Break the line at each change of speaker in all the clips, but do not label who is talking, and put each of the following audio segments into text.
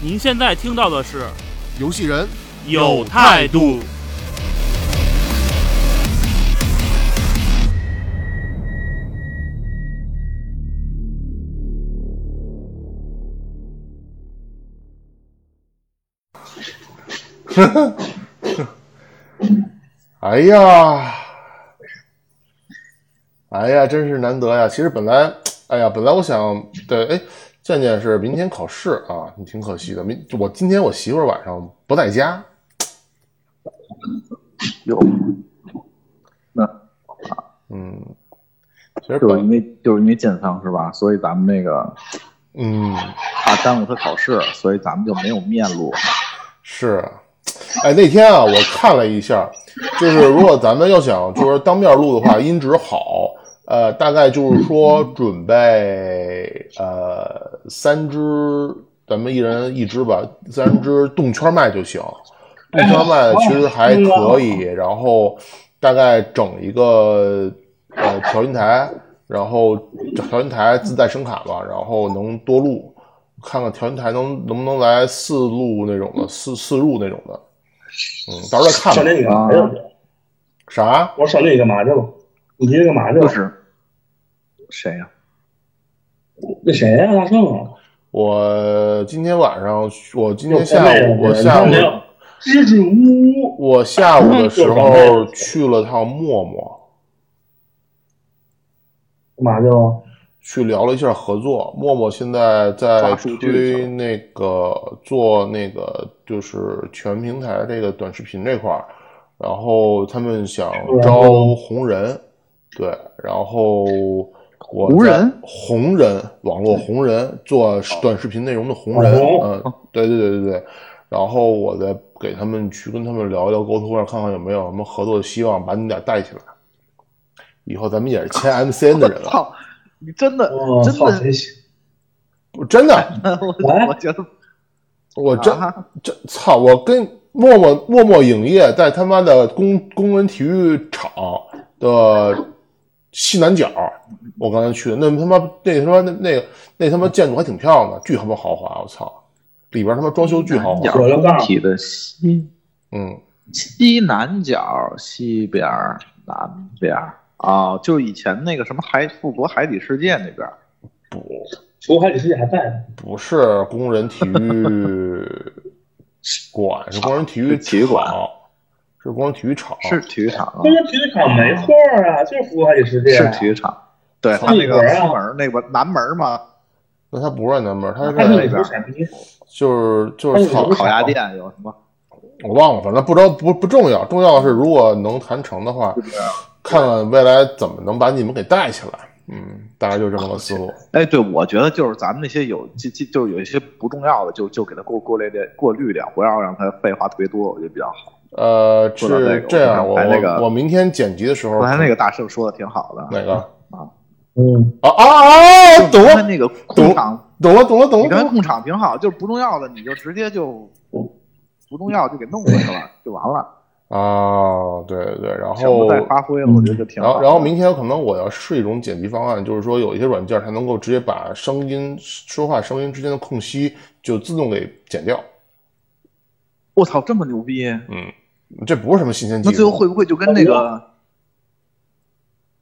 您现在听到的是
游戏人
有态度。
哎呀，哎呀，真是难得呀！其实本来，哎呀，本来我想，对，哎，健健是明天考试啊，挺可惜的。明我今天我媳妇儿晚上不在家，
有，那
嗯，其实
就是
本
因为就是因为建仓是吧？所以咱们那个
嗯
怕耽误他考试，所以咱们就没有面录。
是， 哎，那天啊，我看了一下，就是如果咱们要想就是当面录的话，音质好，呃，大概就是说准备呃三支，咱们一人一支吧，三支动圈麦就行。动
哎
圈麦其实
哦
还可以，然后大概整一个呃调音台，然后调音台自带声卡嘛，然后能多录，看看调音台能能不能来四路那种的，
嗯
四四入那种的，嗯，到时候再看
上
吧。
那你
啊
干嘛去了？
啥？
我说上那你干嘛去了？你今天干嘛去
就
了？
是谁呀、
那谁呀、大圣啊？
我今天晚上，我今
又
天下
开麦了
午，我
你
下
看
午
没，有？支支吾吾，
我下午的时候去了趟陌陌，
干嘛去了？
去聊了一下合作。陌陌现在在
抓数据去了
推那个做那个就是全平台这个短视频这块儿，然后他们想
啊
招红人，对，然后我
红
在
人
红人网络红人做短视频内容的红人，
哦
嗯，对对对对对，然后我再给他们去跟他们聊一聊沟通一下，看看有没有什么合作的希望，把你们俩带起来。以后咱们也是签 MCN 的人了，
操，你真的
我
真
操，
的，
真行！
真的，
来
我我觉得
我真
啊
这操！我跟陌陌陌陌影业在他妈的工工人体育场的西南角，我刚才去的，那他妈那他妈那那个那他妈建筑还挺漂亮的，巨他妈豪华！我操，里边他妈装修巨豪
南
华
角，
我就告诉你
工体的西
嗯，
西南角西边儿南边儿啊、就以前那个什么海富国海底世界那边儿，
福海里世界还在呢，
不是工人体育 馆，是工人体育
体育馆
场，是工人体育场，
哦
是体育场啊
工，人体育场没错儿啊，就是福海里世界。
是体育场。对他那个
门儿啊
西门儿那个南门儿嘛，
那他不是南门，他
啊
是
他
在
是不是傻逼？
就是就是
哎
操
不是
烤鸭店有什么？
我忘了，反正不着不不重要，重要的是如果能谈成的话，
啊
看看未来怎么能把你们给带起来。嗯，大概就这么个思路。
哎，对，我觉得就是咱们那些有就就就是有一些不重要的，就就给它过过滤掉，过滤掉，不要让它废话特别多，我觉得比较好。
呃，
说到这
是
个
这样，我
我看那
我
个
我明天剪辑的时候，
刚才那个大圣说的挺好的，
哪个
嗯，
啊啊啊！
就是
啊懂
刚才
了，
那个控场，
懂了，懂了，懂
你
了，
刚才
懂了。
控场挺好，就是不重要的你就直接就不重要就给弄过去了，就完了，
啊，对对对，然
全部
后嗯
再发挥了，我觉得就挺
然
好
后，
的。
然后明天可能我要试一种剪辑方案，就是说有一些软件它能够直接把声音、说话声音之间的空隙就自动给剪掉。
我操，这么牛逼！
嗯，这不是什么新鲜技
那
术。
最后会不会就跟那个，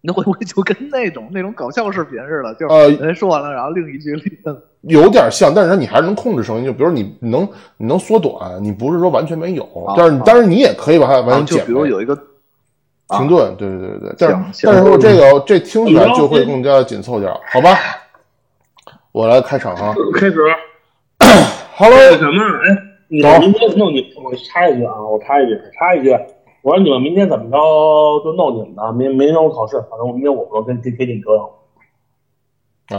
那会不会就跟那种那种搞笑视频似的，就
呃
人说完了，然后另一句另
有点像，但是你还是能控制声音。就比如你你能你能缩短，你不是说完全没有，
啊
但是
啊
当然你也可以把它
啊
完全
就
剪
比
掉。
如有一个啊
停顿，对对对对。但是
行
但是说这个这听起来
你要
就会更加紧凑点儿，好吧？我来开场啊哈
开始那
，Hello，
什么？哎，你
走
们明天弄你，我插一句啊，我插一句，插一句。我说你们明天怎么着就弄你们的，明明天我考试，反正我明天我不能跟跟跟你折腾。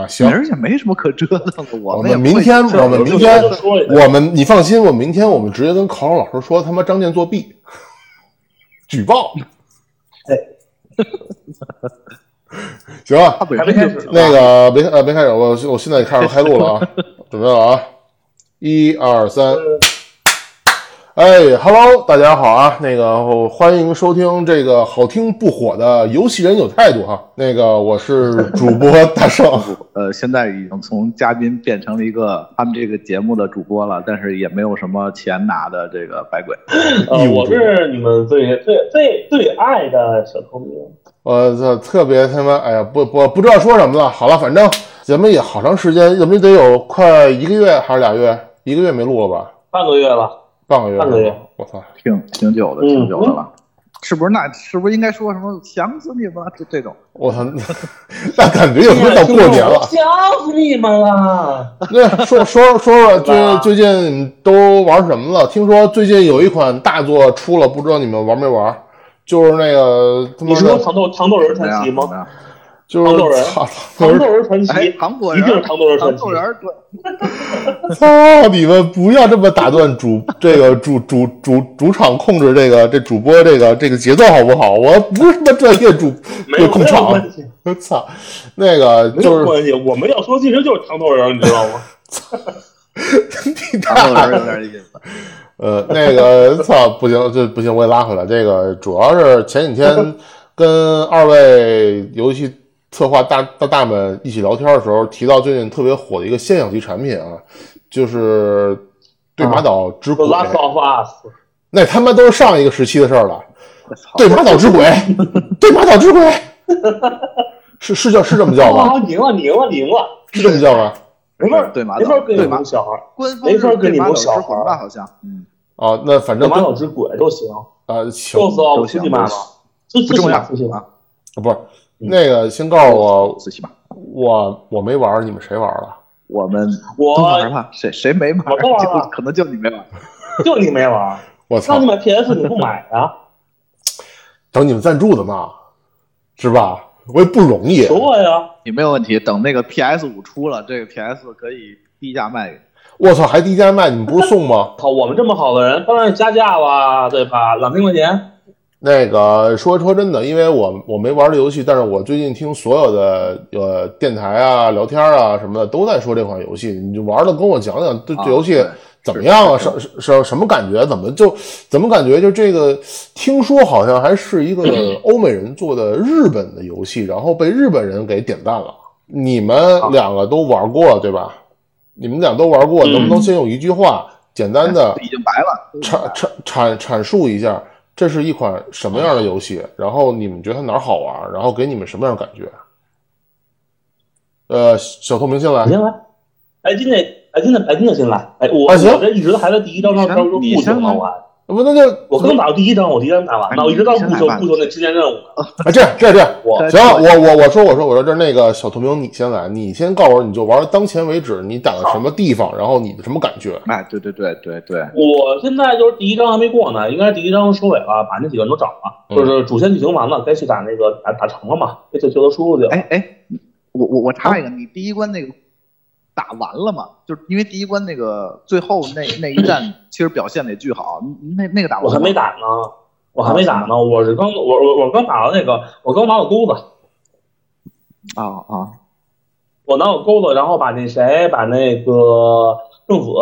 啊，行
明，儿也没什么可折腾的，我
我
们也
们
不
明
会
天
是
我们
有
明
这
天
就说一下
我们你放心，我明天我们直接跟考场老师说他妈张健作弊， 举报。 行啊
他
吧，
本
还没
身
开
就
始呢
那个别呃别开始，我我现在开始开录了啊，准备了啊，一二三。哎，Hello，大家好啊！那个欢迎收听这个好听不火的游戏人有态度哈。那个我是主播大圣，
呃，现在已经从嘉宾变成了一个他们这个节目的主播了，但是也没有什么钱拿的这个百鬼。
呃
义务
我是你们最最最最爱的小透明，
我操，特别他妈，哎呀，不不不知道说什么了。好了，反正咱们也好长时间，咱们得有快一个月还是俩月，一个月没录了吧？
半个月了，
半个月。
半个月。
我操，
挺挺久的，
嗯
挺久的了。是不是那是不是应该说什么想死你们了？就这种，
我操， 那感觉有点到过年了。
吓死你们了！
那说说说说最
吧
最近都玩什么了？听说最近有一款大作出了，不知道你们玩没玩？就是那个他
你
妈
是说
的，
糖豆糖豆人
怎么
传
样
奇
怎
吗？
么样？
就是
糖豆人
操
糖豆人传
哎
奇，
糖果
一
人，
定是糖豆人传
糖
奇
豆。人，对，
操你们不要这么打断主这个主主主主场控制这个这主播这个这个节奏好不好？我不是什么专业主
没
这
有
控
没有
场
关，系，
操！那个
没
就
有
是
关系。我们要说其实就是糖豆人，你知道吗？
糖豆人有点意思。
呃那个操不行这不行我也拉回来。这个主要是前几天跟二位游戏策划大大大们一起聊天的时候提到最近特别火的一个现象级产品啊，就是 对马岛之
《The
鬼，
Last of Us》
那他妈都是上一个时期的事儿了。
我操
对马岛之 鬼，对马岛之鬼，是是叫是这么叫吗？
哇，赢了，赢了，赢了！
是这么叫吗？
没法
对马
啊没法
岛，
跟
对
你
马
们小孩儿，
官方
没
是
法跟
对
你
马
们
岛
小
之
孩
魂
儿
吧？好像，嗯，
啊，那反
对
正
马
都
岛之鬼都行，
啊行，
就死
都
我出
行
去骂
都
嘛，就
不
最起
重要
码出去骂。
啊。
不是那个先告诉我，
仔细吧，
我我没玩儿，你们谁玩儿了？
我们
我
都玩了，谁谁没玩？
我都玩了
就可能就你没玩。
就你没玩 儿，
我
那
操
你，买 PS 你不买啊？
等你们赞助的嘛，是吧？我也不容易
求，我呀！
你没有问题，等那个 PS 五出了，这个 PS 可以低价卖给
我操，还低价卖，你们不是送吗？
好，我们这么好的人，当然加价啦，对吧？两千块钱，
那个说说真的，因为我我没玩这游戏，但是我最近听所有的呃电台啊、聊天啊什么的都在说这款游戏，你就玩了跟我讲讲这
啊
这游戏
对
怎么样啊？
是
什什什什么感觉？怎么就怎么感觉就这个？听说好像还是一个欧美人做的日本的游戏，然后被日本人给点赞了。你们两个都玩过对吧？你们俩都玩过，
嗯
能不能先用一句话简单的
哎已经白了。
阐阐阐阐述一下，这是一款什么样的游戏？然后你们觉得它哪儿好玩？然后给你们什么样的感觉？呃，小透明先来
啊
你，先来。白金的，白金的，白金的先来。哎，我
啊行
我这一直还在第一章上
你先
上不
你
行
先
呢，
来
我还
呃不，那就
我刚打到第一章，我第一章打完了，
哎
我一直到
你先
不
来
修
吧
不修那支线任务呢。
啊，这样这样这样，
我
呃对
行，我我我说我说我说，这那个小透明你先来，你先告诉我，你就玩当前为止，你打到什么地方，然后你的什么感觉？
哎，对对对对对，
我现在就是第一章还没过呢，应该第一章收尾了，把那几个人都找了，
嗯
就是主线剧情完了，该去打那个打打城了嘛，该去救他叔叔去了。
哎哎，我我我插一个，
啊
你第一关那个打完了吗？就是因为第一关那个最后那那一战，其实表现得巨好，那那个打完
我
了
还
吗
没打呢，我还没打呢，我是刚我我我刚打了那个，我刚拿了钩子，
啊啊
我拿了钩子，然后把那谁把那个政府，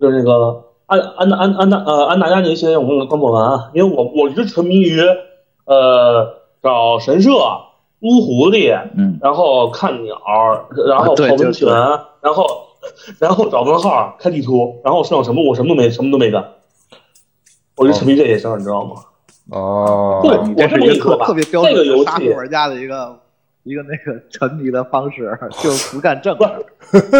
就是那个安安安安安呃安大家那些我刚刚做完，啊因为我我一直沉迷于呃找神社、撸狐狸，
嗯，
然后看鸟，然后
啊对
泡
就
温泉，然后然后找问号、开地图，然后剩什么我什么都没什么都没干，我就沉迷这些事儿，你知道吗？
哦，
对
你这是一个特
我这么跟你说吧
特别标准
这个
的
游戏
杀手玩家的一个一个那个沉迷的方 式，就是不干正事儿。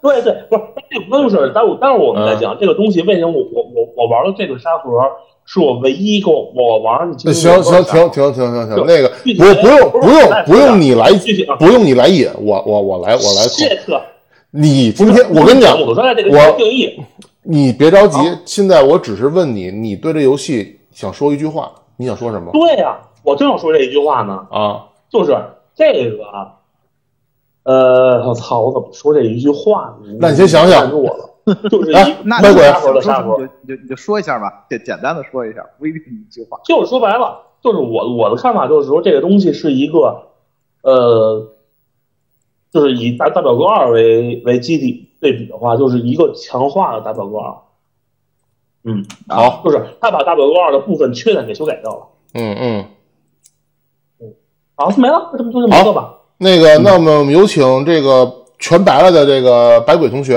对对，不是这不用是，待会待会儿我们
嗯
再讲、这个东西为什么我我我我玩的这个沙盒是我唯一一个我玩的。
那行行，停停停停停，
就
那个
具体
不不用不
不是我
用
来
不用你来
继续啊
不用你来引，我我我来我来控。
谢特，
你今天我跟你讲，
我说的这个
我
定义，
你别着急，现在我只是问你，你对这游戏想说一句话，你想说什么
对呀、我正要说这一句话呢，
啊？
就是这个啊，呃，我操，我怎么说这一句话呢？
那你先想想
难住 我了，就是一
哎
那
卖
你
鬼
想
下回
说
了，
什
下回
么
了。
你就你就你就说一下吧，简简单的说一下，不一定一句话。
就是说白了，就是我我的看法就是说，这个东西是一个，呃，就是以大大表哥二为为基底对比的话，就是一个强化的大表哥二，嗯，
好，
就是他把大表哥二的部分缺点给修改掉了。
嗯嗯，
好，没了，这么就这么一个吧。
那个，那么我们有请这个全白了的这个白鬼同学。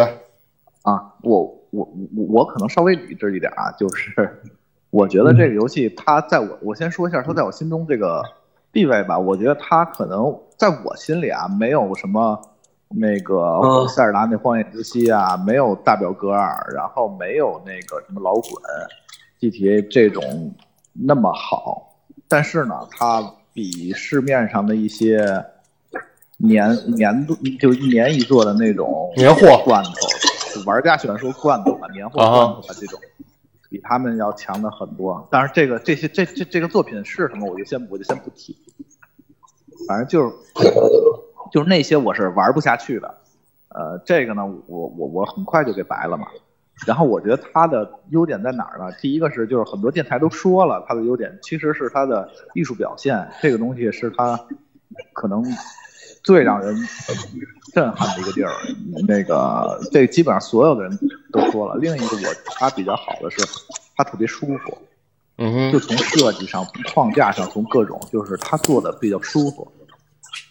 啊，我我我我可能稍微理智一点啊，就是我觉得这个游戏它在我我先说一下它在我心中这个地位吧，我觉得它可能在我心里啊没有什么那个
嗯
塞尔达那荒野之息啊，没有大表哥二，然后没有那个什么老滚 GTA 这种那么好，但是呢，它比市面上的一些。年年度就是一年一做的那种
年货啊
罐头，玩家喜欢说罐头吧，年货罐头啊吧这种，比他们要强的很多。但是这个这些这这这个作品是什么，我就先我就先不提，反正就是就是那些我是玩不下去的。呃，这个呢，我我我很快就给白了嘛。然后我觉得它的优点在哪儿呢？第一个是，就是很多电台都说了，它的优点其实是它的艺术表现，这个东西是它可能最让人震撼的一个地儿。那个，这基本上所有的人都说了。另一个我它比较好的是，它特别舒服，
嗯
就
哼，
从设计上、从框架上、从各种，就是它做的比较舒服。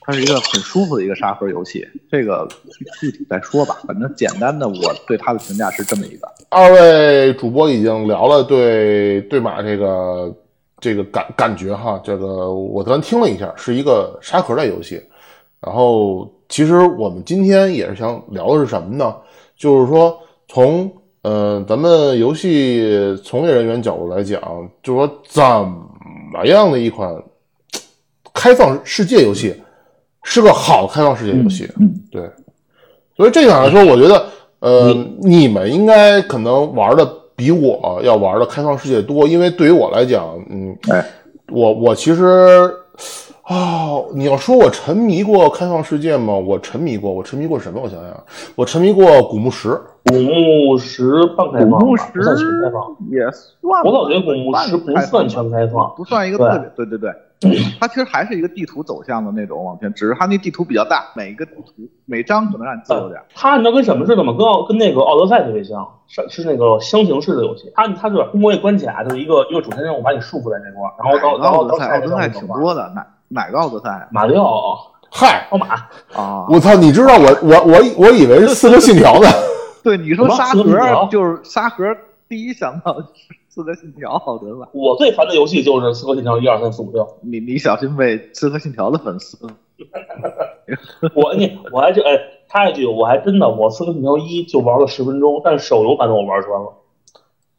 它是一个很舒服的一个沙盒游戏，这个具体再说吧。反正简单的，我对它的评价是这么一个。
二位主播已经聊了对对马这个这个感感觉哈，这个我刚才听了一下，是一个沙盒类游戏。然后其实我们今天也是想聊的是什么呢？就是说从呃咱们游戏从业人员角度来讲，就是说怎么样的一款开放世界游戏是个好开放世界游戏，
嗯
对。所以这点来说，我觉得，呃，你们应该可能玩的比我要玩的开放世界多，因为对于我来讲，嗯，
哎，
我我其实啊、你要说我沉迷过开放世界吗？我沉迷过，我沉迷过什么？我想想，我沉迷过古墓石，
古墓石半开
古
放吧，
墓
不
石
算全开放。
也算吧，
我老觉得古墓石不算全开放，
不算一个特别，对对对，它其实还是一个地图走向的那种往前，只是它那地图比较大，每一个地图每张可能让你自由点。
它你知道跟什么似的吗？跟奥跟那个《奥德赛》特别像，是是那个箱型式的游戏。它它是通过一关卡，就是一个一个主线任务把你束缚在那块儿，然
哪
后到然
个
后
奥
到
德赛，
下
奥
一个
德赛
任务
挺
走嘛
多的，哪哪个奥德赛啊？
马里奥、
嗨，
奥马，
啊，
我操，你知道我我我以我以为是四个信条呢。
对你啊说
我
沙
我忘
盒
了
就是沙盒，第一想到是刺客信条奥德赛，
我最烦的游戏就是《刺客信条》一二三四五六。
你你小心被刺客信条的粉丝
我你我还这哎插一句，我还真的我《刺客信条》一就玩了十分钟，但是手游版的我玩穿了。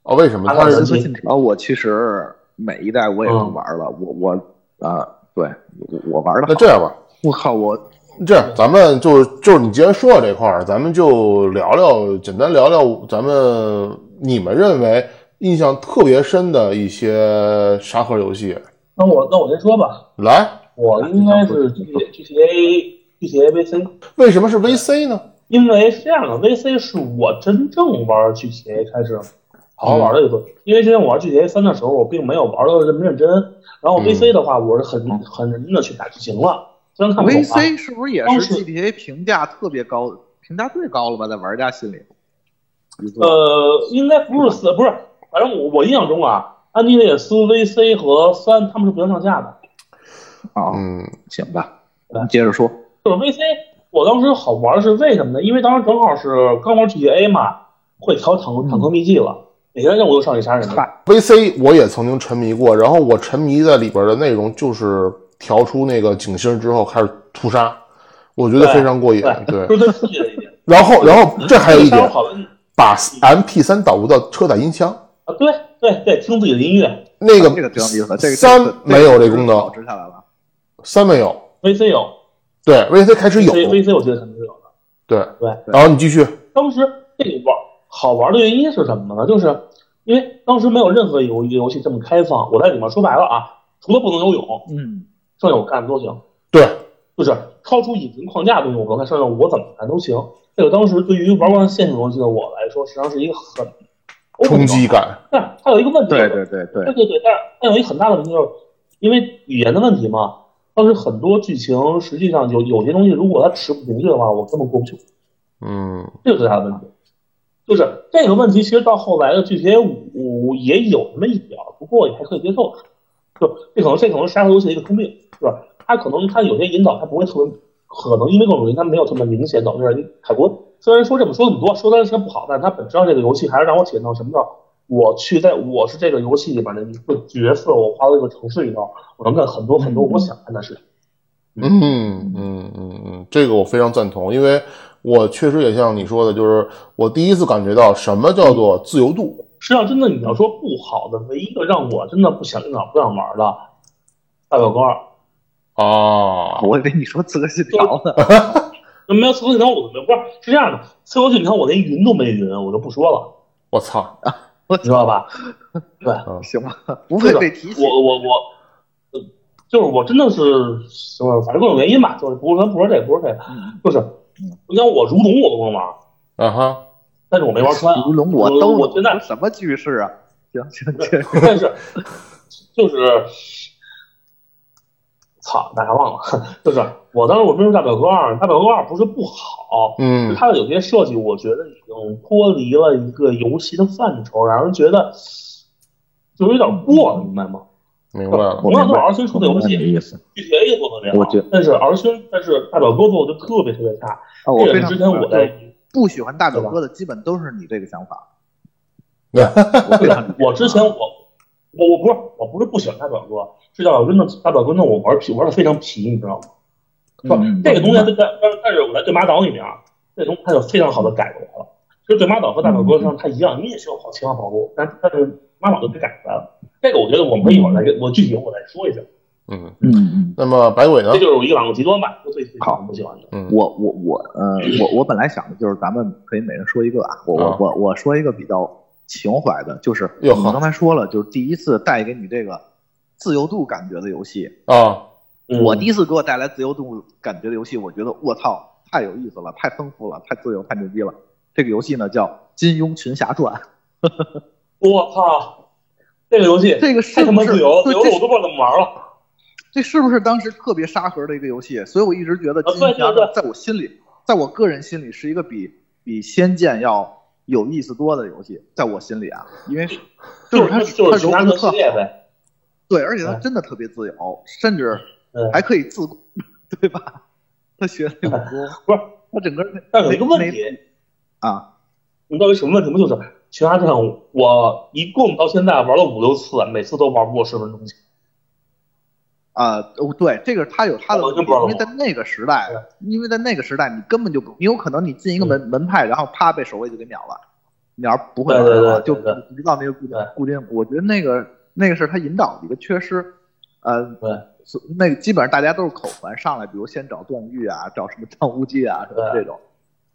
哦，为什么？
啊
他
刺
是
客信条，嗯我其实每一代我也不玩了，我我啊，对我我玩
那
的，
这样吧，
我靠，我
这样，咱们就就是你既然说到这块儿，咱们就聊聊，简单聊聊咱们你们认为印象特别深的一些沙盒游戏。
那我那我先说吧，
来，
我应该是 G T G T A G T A V C，
为什么是 VC 呢？
因为是这样的，V C 是我真正玩 G T A 开始好好玩的一个，因为之前我玩 GTA 三的时候，我并没有玩的认不认真。然后
嗯
VC 的话，我是很很认真的去打剧情了，虽然看不懂啊。
VC 是不是也
当
是
时
GTA 评价特别高，评价最高了吧，在玩家心里？
呃，应该不是四，不是，反正我我印象中啊，安迪列斯 VC 和三他们是不相上下的。
啊，
嗯，
行吧，
对
你接着说。
就是 VC，我当时好玩是为什么呢？因为当时正好是刚玩 GTA 嘛，会调坦克
嗯
坦克秘技了，每天任务都上去杀人了。
嗨
VC 我也曾经沉迷过，然后我沉迷在里边的内容就是调出那个井芯之后开始屠杀，我觉得
对
非常过瘾。对
对，， 就是最刺激的一点。
然后然后这还有一
杀
点
人，好玩
把 MP 3导入到车载音箱，
啊，对对对，听自己的音乐
那
啊这个
个
挺有意思，这个
三没有这功能
保持下来了。
三没有，
，VC 有
对 VC 开始有，
，VC VC 我记得肯定是有的。
对
对
然后你继续，
当时这个玩好玩的原因是什么呢？就是因为当时没有任何游游戏这么开放，我在里面说白了啊，除了不能游泳，
嗯，
剩下我干的都行。
对，
就是超出已经框架的东西，我刚才说了，我怎么看都行。这个当时对于玩惯现实游戏的我来说，实际上是一个很
冲击。感，
但是它有一个问题，
对对对
对
对，
对对，但是但有一很大的问题就是，因为语言的问题嘛，当时很多剧情实际上有有些东西，如果它持不平均的话，我根本过不去，
嗯
这就是它的问题。就是这个问题，其实到后来的 GTA 五也有那么一点儿，不过也还可以接受。就这可能这可能是沙盒游戏的一个通病，是吧？它可能它有些引导它不会特别，可能因为各种原因它没有特别明显导致人海关。虽然说这么说这么多，说它是不好，但是它本质上这个游戏还是让我体验到什么叫我去在我是这个游戏里边的一个角色，我滑到一个城市里头，我能干很多很多我想干的事情。
嗯嗯嗯嗯，这个我非常赞同，因为我确实也像你说的，就是我第一次感觉到什么叫做自由度。
实际上，真的你要说不好的，唯一一个让我真的不想脑不想玩的，《大表哥二》。
哦，
我以为你说刺客信条呢，
那没有自由信条，我就没不是是这样的，自由信条我连云都没云，我就不说了，
我操！
你知道吧？
行吧，不会被提醒。
我我我，呃就是我真的是，就是反正各种原因吧，就是不是咱不说这个，不说这个，
嗯
就是你像我如龙我都能玩，
啊哈，
但是我没玩穿啊，
如龙嗯我都
我我觉得
什么句式啊？行行行，
但是就是，操，大家忘了， 就是我当时我为什么大表哥二，大表哥二不是不好，
嗯
它的有些设计，我觉得已经脱离了一个游戏的范畴，让人觉得就有点过了，明白吗？
明白了。
同样都是儿孙出的游
你
戏
的意思。
，GTA 做的良好，
我觉
啊但是儿孙，但是大表哥做的特别特别差。
啊，我
这
非
也是
常
之前我哎在，
不喜欢大表哥的，基本都是你这个想 法。
我不是我之前我我我不是我不是不喜欢大表哥，是大表哥呢，大表哥呢，我玩皮玩的非常皮，你知道吗？不
嗯，
这个东西在但但但是我在对马岛里面啊，这东西它就非常好的改过来了。其实对马岛和大表哥上它一样，你也需要跑前方跑路，但但是马岛就给改出来了。这个我觉得我们可以一会儿再跟我具体我再说一下，
嗯，
嗯嗯。
那么白鬼呢
这？就是我一个两个极端吧，我最最
好
不喜欢的。
嗯，
我我我呃，我我本来想的就是咱们可以每人说一个啊，我
啊
我我我说一个比较情怀的，就是你
哟呵
刚才说了，就是第一次带给你这个自由度感觉的游戏。
啊，
嗯
我第一次给我带来自由度感觉的游戏，我觉得我操，太有意思了，太丰富了，太自由，太牛逼了。这个游戏呢叫《金庸群侠传》，
我操，这个游戏
这个
太
是
他
不
妈
是
自由，自
对
由
这
的我都不知道怎么玩了。
这是不是当时特别沙盒的一个游戏？所以我一直觉得《
啊
金庸群侠
对对
传》在我心里，在我个人心里是一个比比《仙剑》要有意思多的游戏，在我心里啊，因为
就
就是它
就
它
是
融
其他
合的特
的系
好，
列呗，
对，而且它
嗯
真的特别自由，甚至
嗯
还可以自 宫，对吧？他学那武功，
不是，
他整个那
但有一个问题，
啊，
你知道有什么问题吗？就是《群侠传》，我一共到现在玩了五六次，每次都玩不过十分钟。
啊、哦对，这个它有它的
我
问题，
就不知道
因为在那个时代，因为在那个时代，你根本就不，你有可能你进一个
嗯
门、门派，然后啪被守卫就给秒了，你要是不会玩
对对
的话，
对
就
对对
不知道那个固定
对
固定。我觉得那个那个是它引导的一个缺失，呃，
对
所，那个基本上大家都是口传上来，比如先找段誉啊，找什么张无忌啊，什么
对嗯
这种。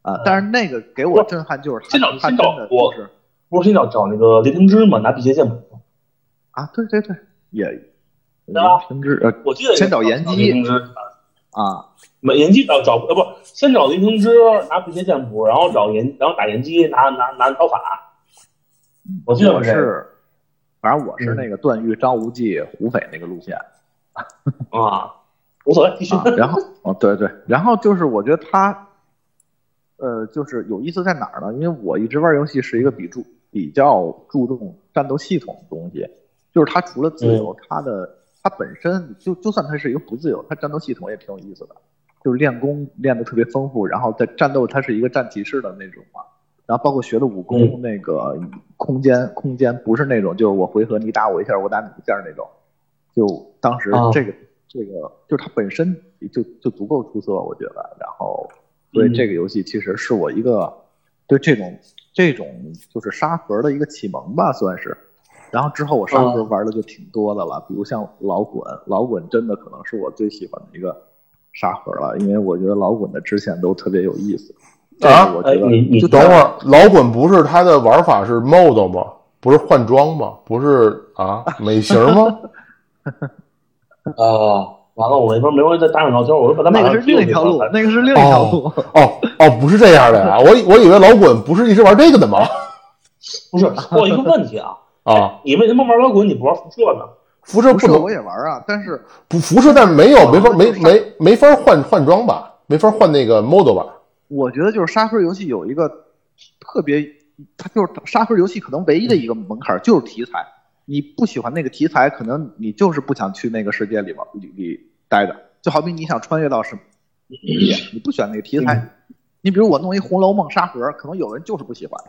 啊，但是那个给我震撼就是它
先找
它
先
真
找
的就
我
是
不是先要找那个雷霆之嘛，拿辟邪剑谱。
啊，对对对，也
对啊吧
平之呃
我记得
先找颜姬
雷霆之，
啊，
没颜姬找找呃不，先找雷霆之拿辟邪剑谱，然后找颜，然后打颜姬拿拿拿刀法。我嗯记得
我
这个
是，反正我是那个段誉、张无忌、胡斐那个路线啊。
啊，无所谓，继续。
然后，哦，对对，然后就是我觉得他，呃，就是有意思在哪儿呢？因为我一直玩游戏是一个比注比较注重战斗系统的东西，就是它除了自由，它的它本身就就算它是一个不自由，它战斗系统也挺有意思的，就是练功练得特别丰富，然后在战斗它是一个战骑士的那种嘛。然后包括学的武功，那个空间空间不是那种，就是我回合你打我一下，我打你一下那种。就当时
啊
这个、这个，就是它本身就就足够出色，我觉得。然后，所以这个游戏其实是我一个对这种这种就是沙盒的一个启蒙吧，算是。然后之后我沙盒玩的就挺多的了，比如像老滚，老滚真的可能是我最喜欢的一个沙盒了，因为我觉得老滚的支线都特别有意思。这
啊
个我觉得
哎你你
就
等会儿老滚不是他的玩法是 mod 吗？不是换装吗？不是啊，美型吗？
啊，
完了，我没法没法再搭上聊天，我就把他
那个是另一条路，那个是另一条路。
哦哦，不是这样的呀，我我以为老滚不是一直玩这个的吗？
不是，我有一个问题 啊，
啊，
你为什么玩摇滚你不玩辐射呢？
辐射
不
不
是，
能
我也玩啊，但是
不辐射，但没有没法没没没法换换装吧，没法换那个 model 吧？
我觉得就是沙盒游戏有一个特别，它就是沙盒游戏可能唯一的一个门槛儿就是题材。你不喜欢那个题材，可能你就是不想去那个世界里边儿里里待着。就好比你想穿越到什么地界，你不喜欢那个题材。你比如我弄一《红楼梦》沙盒，可能有人就是不喜欢。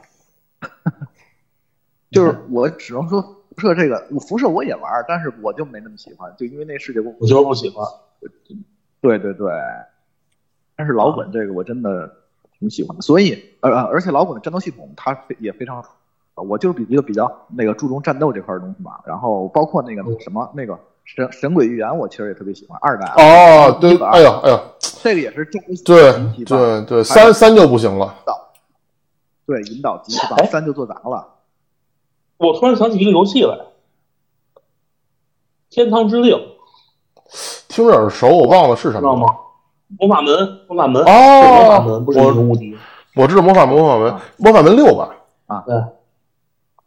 就是我只能说辐射这个，我辐射我也玩儿，但是我就没那么喜欢，就因为那世界观
我就是不喜欢。
对对对，但是老
啊
滚这个我真的挺喜欢的，所以呃呃，而且老滚的战斗系统它非也非常，呃我就是比一个比较那个注重战斗这块儿的东西嘛，然后包括那个
嗯
什么那个神神鬼预言，我其实也特别喜欢二代，
哦，对
啊一，吧
哎呦哎呦，
这个也是战斗系统的
对
集吧
对对，三三就不行了，
对引导集吧
哎，
三就做砸了，
我突然想起一个游戏来，《天堂之令》，
听着耳熟，我忘了是
知
什么
道
了
吗。？魔法门，魔法门，对魔法
哦，
门不是英雄无敌。
我知道魔法魔法门魔法门六吧？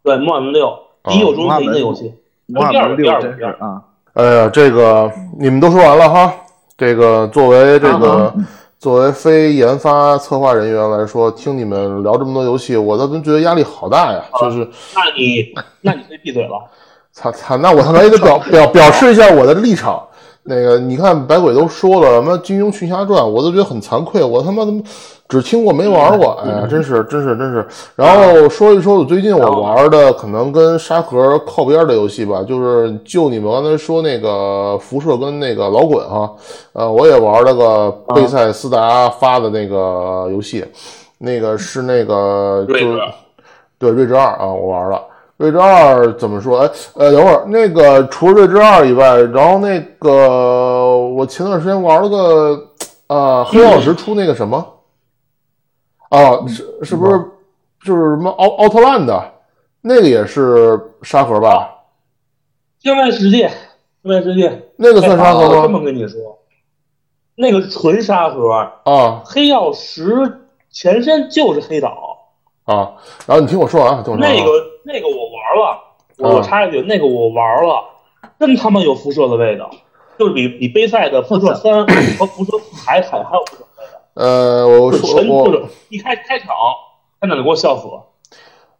对，魔法门六，
啊
第一有中文配音的游戏，
五二
第二
零
个第
六
二个
真是
第二
啊，
哎呀，这个你们都说完了哈。这个作为这个、作为非研发策划人员来说，听你们聊这么多游戏，我都觉得压力好大呀。就是，
那你那你可以闭嘴了。
操操，那我他妈也得表表表示一下我的立场。那个，你看白鬼都说了，什么《金庸群侠传》，我都觉得很惭愧，我他妈怎么只听过没玩过？哎呀，真是，真是，真是。然后说一说我最近我玩的可能跟沙盒靠边的游戏吧，就是就你们刚才说那个辐射跟那个老滚哈，呃，我也玩了个贝塞斯达发的那个游戏，那个是那个就
瑞
是
德
对瑞之二啊，我玩了。瑞之二怎么说？哎，呃，等会儿那个除了瑞之二以外，然后那个我前段时间玩了个呃黑曜石出那个什么，哦、是是不是就是什么奥奥特曼的那个也是沙盒吧？
天外世界，天外世界，
那个算沙
哎我
盒
这
吗？
么跟你说，那个纯沙盒，
啊
黑曜石前身就是黑岛，
啊！然后你听我说完啊，听我说完啊。
那个那个我玩了，我
啊
我插一句，那个我玩了，真他妈有辐射的味道，就是比比杯赛的辐射三和辐射四还还还有辐射味道，
呃， 我
就是
说
全就
我
是一开开场，看到你给我笑死了。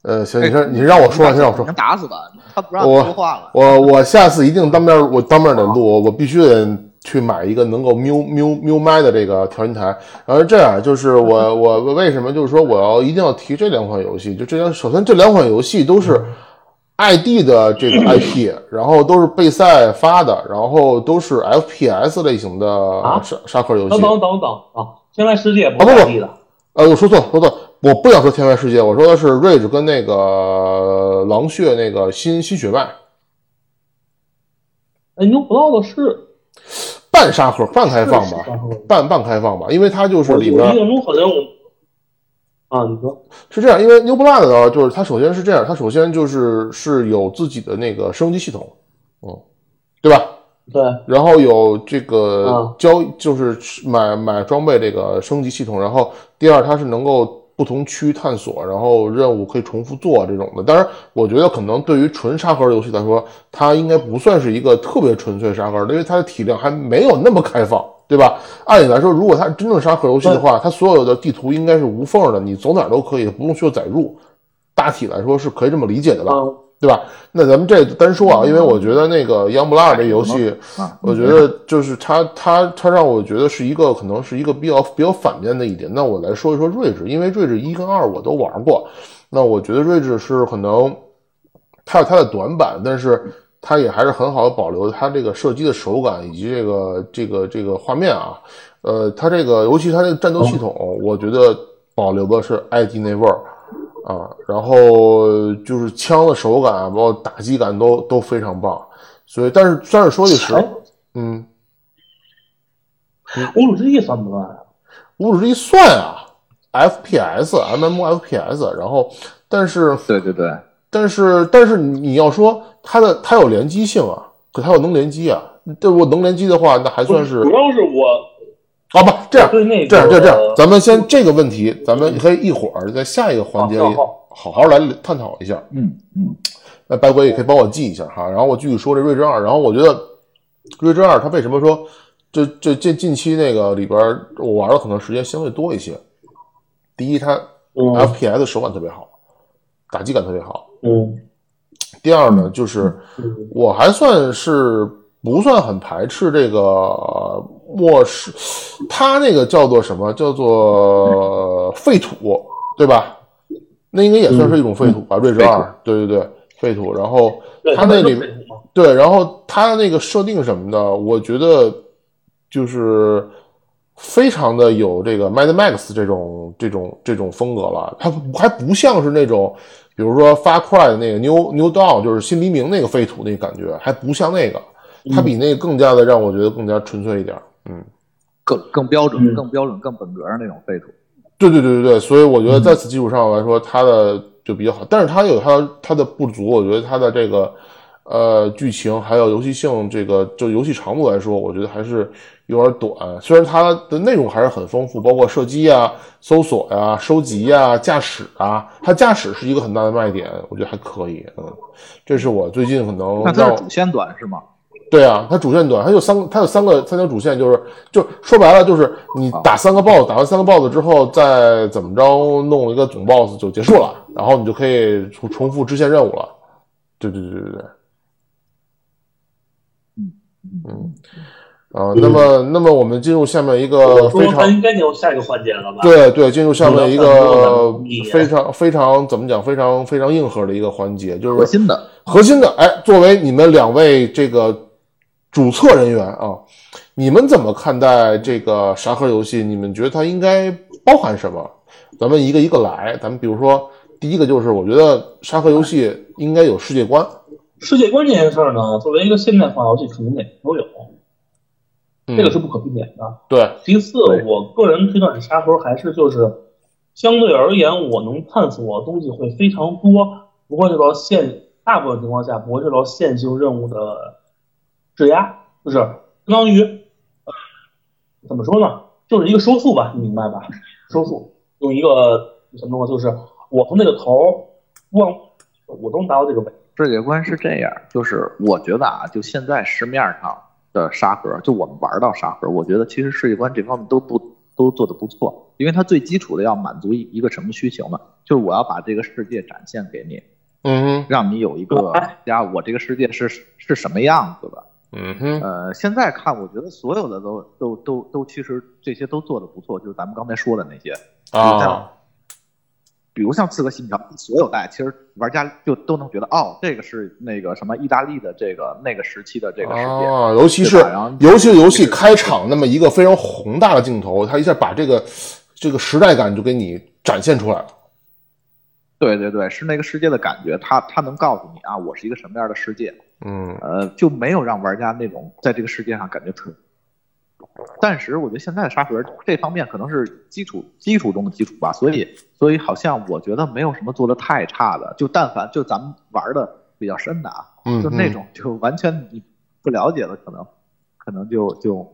呃，行，
哎
你先你让我说完，先让我说
能。打死他，他不让
我
他说话了，
我我下次一定当面儿我当面儿得录，我我必须得去买一个能够喵喵喵麦的这个调音台。然后这样就是我我我为什么就是说我要一定要提这两款游戏？就这两，首先这两款游戏都是 ID 的这个 IP，然后都是贝赛发的，然后都是 FPS 类型的
啊
沙沙盒游戏
等。等等等啊！天外世界不
啊
是
不不
ID 的，
呃，我说错了，说错了，我不想说天外世界，我说的是 Rage 跟那个狼血那个新新血脉。
哎，牛不到的是
半沙盒、半开放
是
吧
是沙盒，
半半开放吧，因为它就是
我我
里
印
边
象中好像我啊，你说
是这样，因为 New Blood 呢，就是它首先是这样，它首先就是是有自己的那个升级系统，嗯，对吧？
对
然后有这个
啊
交，就是买买装备这个升级系统。然后第二，它是能够不同区域探索，然后任务可以重复做这种的。当然，我觉得可能对于纯沙盒游戏来说，它应该不算是一个特别纯粹沙盒的，因为它的体量还没有那么开放，对吧？按理来说，如果它真正沙盒游戏的话，它所有的地图应该是无缝的，你走哪儿都可以，不用需要载入。大体来说是可以这么理解的吧？
嗯
啊，
对吧？那咱们这单说啊，因为我觉得那个《央不拉尔》这游戏，
啊
我觉得就是它它它让我觉得是一个可能是一个比较比较反面的一点。那我来说一说睿智，因为睿智一跟二我都玩过，那我觉得睿智是可能它有它的短板，但是它也还是很好的保留它这个射击的手感以及这个这个这个画面啊。呃，它这个尤其它这个战斗系统，我觉得保留的是 ID 那味儿。啊，然后就是枪的手感，啊包括打击感都都非常棒，所以但是但是说句实，
哎，
嗯，
无主之地算不算啊？
五指之一算啊，FPS、MMFPS，然后但是
对对对，
但是但是你要说它的它有联机性啊，可它又能联机啊，这我能联机的话，那还算是
主要是我
啊不这样
对那个
这样这样这样，咱们先这个问题，咱们可以一会儿在下一个环节里
好好
好好来探讨一下。
嗯嗯，
那白鬼也可以帮我记一下哈。然后我继续说这《瑞之二》，然后我觉得《瑞之二》它为什么说这这这近期那个里边儿我玩的可能时间相对多一些。第一，它
嗯
FPS 手感特别好，打击感特别好。
嗯
第二呢，就是
嗯
我还算是不算很排斥这个呃末世，它那个叫做什么？叫做废土，对吧？那应该也算是一种嗯废土吧，瑞之
废
二，对对对，废土。然后
对
它那里
它是嘛
对，然后它的那个设定什么的，我觉得就是非常的有这个 Mad Max 这种这种这种风格了。它不还不像是那种，比如说 Far Cry 的那个 New New Dawn，就是新黎明那个废土那个感觉，还不像那个。它比那个更加的让我觉得更加纯粹一点。嗯，
更更标准、
嗯
更标准、更本格那种废土。
对对对对对，所以我觉
嗯
得在此基础上来说，它的就比较好，但是它有它它的不足，我觉得它的这个呃剧情还有游戏性，这个就游戏长度来说，我觉得还是有点短。虽然它的内容还是很丰富，包括射击啊、搜索呀、收集呀、驾驶啊，它驾驶是一个很大的卖点，我觉得还可以。嗯，这是我最近可能
那它
让
是主线短是吗？
对啊，它主线短，它有三个，它有三个三条主线，就是就说白了就是你打三个 boss，打完三个 boss 之后，再怎么着弄一个总 boss 就结束了，然后你就可以重重复支线任务了。对对对对对，嗯啊，那么那么我们进入下面一个呃非
我
常
们应该进入下一个环节了吧？
对对，进入下面一个
嗯
非常非常怎么讲非常非常硬核的一个环节，就是
核心的，
核心的，哎，作为你们两位这个主策人员啊，你们怎么看待这个沙盒游戏？你们觉得它应该包含什么？咱们一个一个来，咱们比如说第一个就是，我觉得沙盒游戏应该有世界观，
世界观这件事儿呢，作为一个现代化游戏，肯定每个都有，
嗯
这个是不可避免的。
对，
其次
对，
我个人推断是沙盒还是就是相对而言，我能探索的东西会非常多，不会受到线大部分情况下不会受到线性任务的制压，就是相当于、呃怎么说呢，就是一个收束吧，你明白吧？收束用一个什么东西，就是我从这个头儿往我都能达到这个尾，
世界观是这样，就是我觉得啊，就现在市面上的沙盒，就我们玩到沙盒，我觉得其实世界观这方面都不都做得不错，因为它最基础的要满足一一个什么需求呢？就是我要把这个世界展现给你，
嗯哼，
让你有一个呀，我这个世界是是什么样子的。
嗯哼，
呃，现在看，我觉得所有的都都都都，其实这些都做得不错，就是咱们刚才说的那些，
啊，
比如像《刺客信条》，所有代其实玩家就都能觉得，哦，这个是那个什么意大利的这个那个时期的这个世界，
啊，尤其是
对吧然后
尤其是游戏开场那么一个非常宏大的镜头，它一下把这个这个时代感就给你展现出来了。
对对对，是那个世界的感觉，它它能告诉你啊，我是一个什么样的世界，
嗯
呃，就没有让玩家那种在这个世界上感觉特。暂时，我觉得现在的沙盒这方面可能是基础基础中的基础吧，所以所以好像我觉得没有什么做的太差的，就但凡就咱们玩的比较深的啊，
嗯，
就那种就完全你不了解的，可能可能就就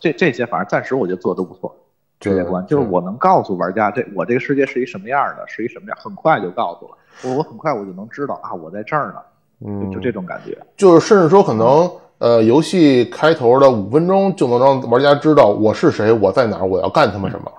这这些，反正暂时我觉得做的都不错。世界观就是我能告诉玩家这我这个世界是一什么样的，是一什么样，很快就告诉了我，我很快我就能知道啊，我在这儿呢，
嗯
就就这种感觉。
就是甚至说可能呃，游戏开头的五分钟就能让玩家知道我是谁，我在哪儿，我要干他们什么。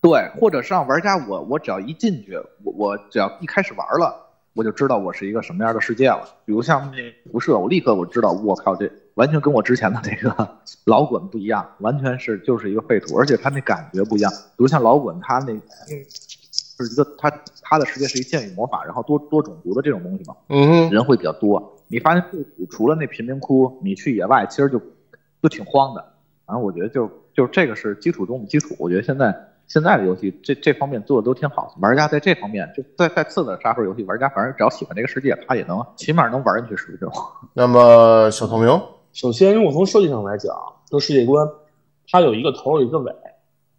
对，或者是让玩家我我只要一进去，我我只要一开始玩了，我就知道我是一个什么样的世界了。比如像那辐射，我立刻我知道，我靠，这完全跟我之前的这个 老滚不一样，完全是就是一个废土，而且它那感觉不一样。比如像老滚，它那是一个它它的世界是一剑与魔法，然后多多种族的这种东西嘛，
嗯哼，
人会比较多。你发现杜甫除了那贫民窟，你去野外其实就就挺荒的。反正我觉得就就这个是基础中的基础。我觉得现在现在的游戏这这方面做的都挺好，玩家在这方面就在在次的沙盒游戏，玩家反正只要喜欢这个世界，他也能起码能玩进去十分钟。
那么小透明，
首先，如果从设计上来讲，这世界观它有一个头儿有一个尾，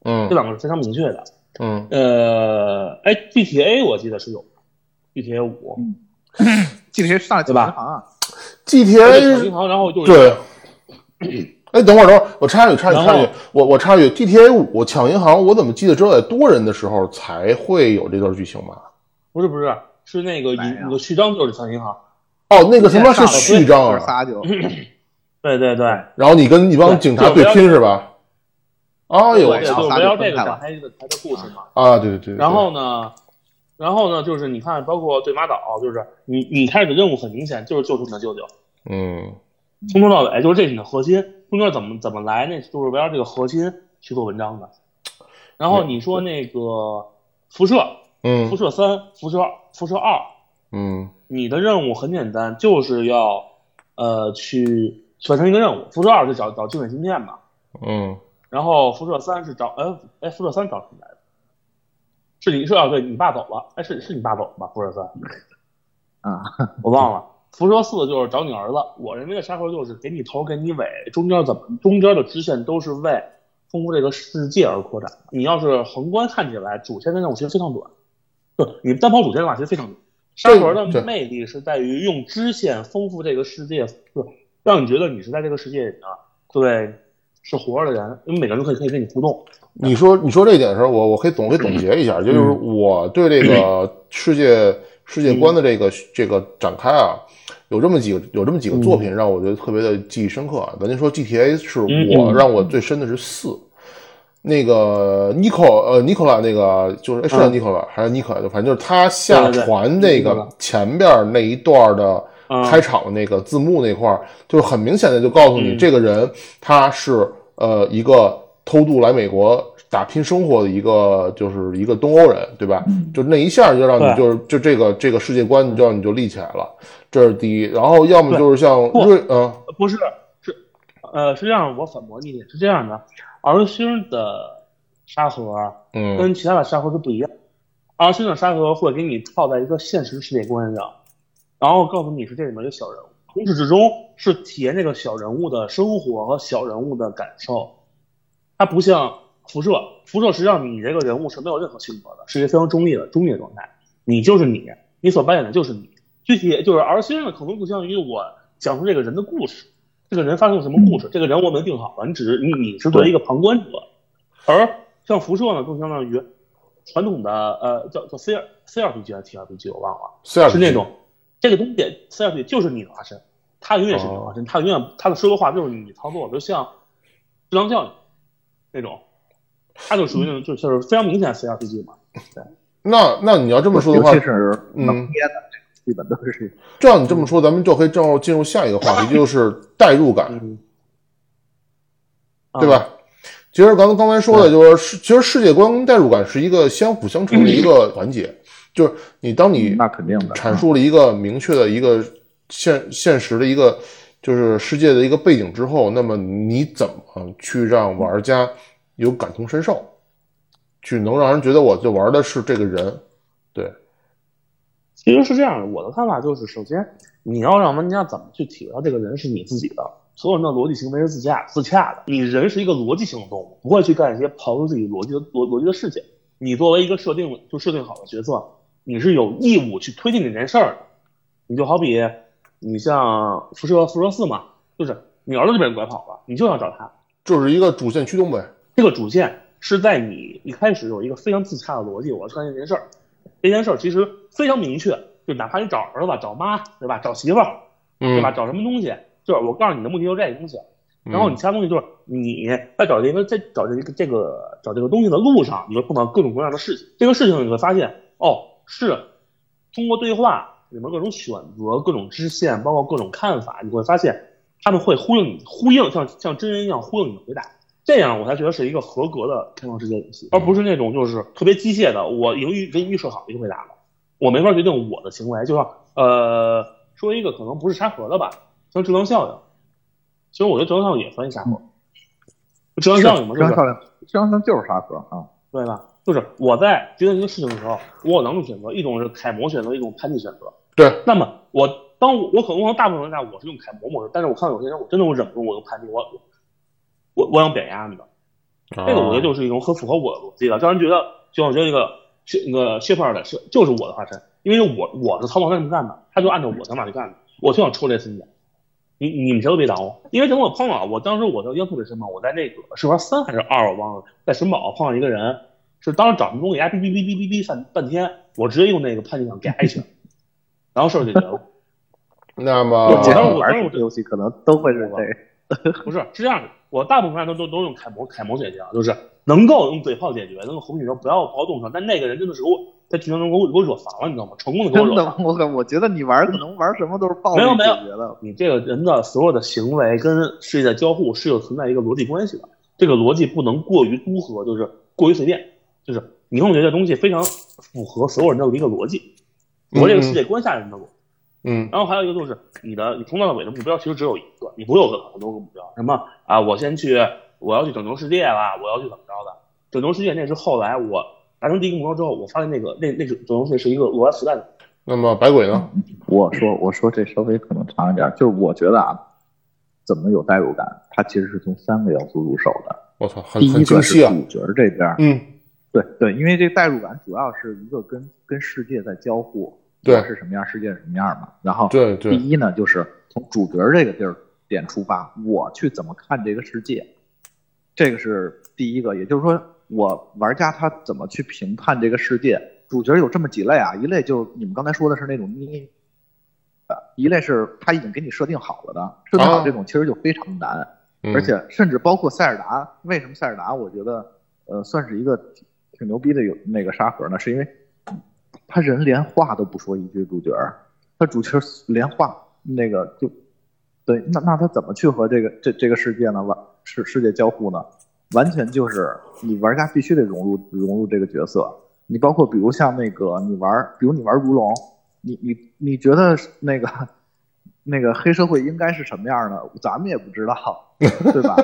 嗯
这两个是非常明确的。
嗯
呃，哎，GTA 我记得是有的，GTA 五，
GTA 上来就
对吧
银行啊，
GTA
银行，然后就是
哎对。哎，等会儿，等会儿，我插一句，插一句，
然
插
后
一句，我我插一句，GTA 五抢银行，我怎么记得只有在多人的时候才会有这段剧情嘛？
不是不是是那个银
哎呀
那个序章就是抢银行，
哦，那个什么是
上了
序章
就是
啊？
仨就
对对对，
然后你跟一帮警察对拼是吧？哎呦我
对
操
就
操
是
那
围
就分开
绕这个展
了
开的它的故事嘛。
啊！对对对。对
然后呢，然后呢，就是你看，包括对马岛，就是你你开始的任务很明显，就是救出你的舅舅，
嗯
从头到尾哎就是这是你的核心，中间怎么怎么来，那就是围绕这个核心去做文章的。然后你说那个辐射，辐
嗯
射三、辐射二、辐射二，
嗯
你的任务很简单，就是要呃去去完成一个任务。辐射二是找找精准芯片嘛，
嗯
然后辐射三是找哎哎辐射三找谁来的？是你是啊？对你爸走了，哎是是你爸走了吧？辐射三
啊，
我忘了。辐射四就是找你儿子，我认为的沙盒就是给你头给你尾，中间怎么中间的支线都是为通过这个世界而扩展。你要是横观看起来，主线的任务其实非常短， 不，你单跑主线的话其实非常短。沙盒
对
的魅力是在于用支线丰富这个世界，不是让你觉得你是在这个世界里面，对，是活着的人，因为每个人都可以可以跟你互动。
你说你说这一点的时候，我我可以总可以总结一下，就是
嗯
我对这个世界世界观的这
嗯
个这个展开啊，有这么几个有这么几个作品让我觉得特别的记忆深刻啊。咱就说 GTA 是
嗯
我
嗯
让我最深的是四，那个 Nico 呃 Nicola 那个就是哎是叫 Nicola 还是 Nicola，就反正就是他下
嗯对对对
船那个
Nicola
前边那一段的。
嗯
开场的那个字幕那块儿，就是很明显的就告诉你，
嗯
这个人他是呃一个偷渡来美国打拼生活的一个，就是一个东欧人，对吧？就那一下就让你
对
就是就这个这个世界观，你就让你就立起来了，这是第一。然后要么就是像
不
瑞，嗯
呃不是，是，呃，实际上我反驳你一点，是这样的，R 星的沙盒
嗯
跟其他的沙盒是不一样的，R 星的沙盒会给你套在一个现实世界观上，然后告诉你是这里面的小人物，从始至终是体验这个小人物的生活和小人物的感受，它不像辐射，辐射实际上你这个人物是没有任何性格的，是一个非常中立的中立的状态，你就是你，你所扮演的就是你。具体就是 R 先生可能更像于我讲述这个人的故事，这个人发生了什么故事，这个人我没定好了，你只是你你是作为一个旁观者，而像辐射呢，更相当于传统的呃叫叫 C 二 C 二 P G 还是 T 二 P G 我忘了，
，C 二
是那种这个东西 C 二 P 就是你的化身，他永远是你的化身，他永远他的说的话就是你操作，就像智囊教育那种，他就属于那种就就是非常明显 C 二 P G 嘛，
那那你要这么说的话
尤其，是能
嗯
捏的，基本都是
照你这么说，咱们就可以正好进入下一个 话题，就是代入感。
嗯，
对
啊？
吧？其实刚刚才说的就是世，其实世界观跟代入感是一个相辅相成的一
嗯
个环节，就是你当你
那肯定的
嗯阐述了一个明确的一个现现实的一个就是世界的一个背景之后，那么你怎么去让玩家有感同身受，去能让人觉得我就玩的是这个人，对，
其实是这样的，我的看法就是，首先你要让玩家怎么去体会到这个人是你自己的，所有人的逻辑行为是自洽自洽的。你人是一个逻辑性的动物，不会去干一些刨出自己逻辑的逻逻辑的事情。你作为一个设定就设定好的角色，你是有义务去推进这件事儿的。你就好比你像辐射辐射四嘛，就是你儿子就被人拐跑了，你就要找他，
就是一个主线驱动呗。
这个主线是在你一开始有一个非常自洽的逻辑，我要去干这件事儿。这件事儿其实非常明确，就哪怕你找儿子、找妈，对吧？找媳妇儿，对
嗯
吧？，找什么东西，就是我告诉你的目的就是这个东西。
嗯
然后你其他东西就是你在找这个在找这个这个找这个东西的路上，你会碰到各种各样的事情。这个事情你会发现，哦，是通过对话里面各种选择、各种支线，包括各种看法，你会发现他们会呼应你，呼应像像真人一样呼应你的回答。这样我才觉得是一个合格的开放世界游戏，而不是那种就是特别机械的，我已经预给你预设好的一个回答了，我没法决定我的行为。就像呃，说一个可能不是沙盒的吧，像智能效应，其实我觉得智能效应也算一沙盒。智能效应嘛，
智
就
商
是
效应，智商效应就是沙盒啊，
对吧？就是我在决定一个事情的时候，我有两种选择，一种是楷模选择，一种叛逆选择。
对，
那么我当我我可能我可能大部分情况下我是用楷模模式，但是我看到有些人我真的我忍不住我用叛逆，我我我我想扁压你的。
啊
这个我觉得就是一种很符合我的逻辑的，让人觉得就像我觉得这个薛那个薛胖的是就是我的化身，因为我我是操纵他这么干的，他就按照我想法去干的，我就想抽这次眼，你你们谁都别挡我，因为等我碰了，我当时我在英特里申报，我在那个是玩三还是二我忘了，在神堡碰上一个人，是当时找人中给他哔哔哔哔哔哔半半天，我直接用那个判定给他一拳，然后事儿就解决了。
那
我觉
当
得
么
时我
哦玩这个游戏可能都会是这个。
不是是这样的，我大部分人都都都用楷模楷模解决啊，就是能够用嘴炮解决，能够红血球不要跑动上，但那个人真的是给我在群当中给我给我惹烦了，你知道吗？成功的给我
真
惹
的
烦
吗
了。？
我可我觉得你玩可能玩什么都是暴力
没有
解
没有
决的。
你这个人的所有的行为跟世界的交互是有存在一个逻辑关系的，这个逻辑不能过于综合，就是过于随便，就是你会觉得这东西非常符合所有人的一个逻辑，符合这个世界观下人的逻辑。
嗯
然后还有一个就是你的，你从头到尾的目标其实只有一个，你不会有很多个目标。什么啊，我先去，我要去拯救世界啦，我要去怎么着的？拯救世界那是后来我达成第一个目标之后，我发现那个那那是拯救世界是一个额外附带的。
那么百鬼呢？
嗯我说我说这稍微可能长一点，就是我觉得啊，怎么有代入感？它其实是从三个要素入手的。
我操，很
第
很
一
精
个是
细啊。
主角这边，
嗯，
对对，因为这代入感主要是一个跟跟世界在交互，
对
我是什么样，世界是什么样嘛。然后
对
第
对，
一呢，就是从主角这个地儿点出发，我去怎么看这个世界，这个是第一个。也就是说，我玩家他怎么去评判这个世界？主角有这么几类啊，一类就是你们刚才说的是那种你，呃，一类是他已经给你设定好了的，设定
啊
好这种其实就非常难，
嗯
而且甚至包括塞尔达，为什么塞尔达我觉得呃算是一个挺挺牛逼的有那个沙盒呢？是因为他人连话都不说一句，主角儿他主角连话那个就对，那那他怎么去和这个这这个世界呢完世世界交互呢？完全就是你玩家必须得融入融入这个角色。你包括比如像那个你玩，比如你玩如龙，你你你觉得那个那个黑社会应该是什么样的？咱们也不知道，对吧？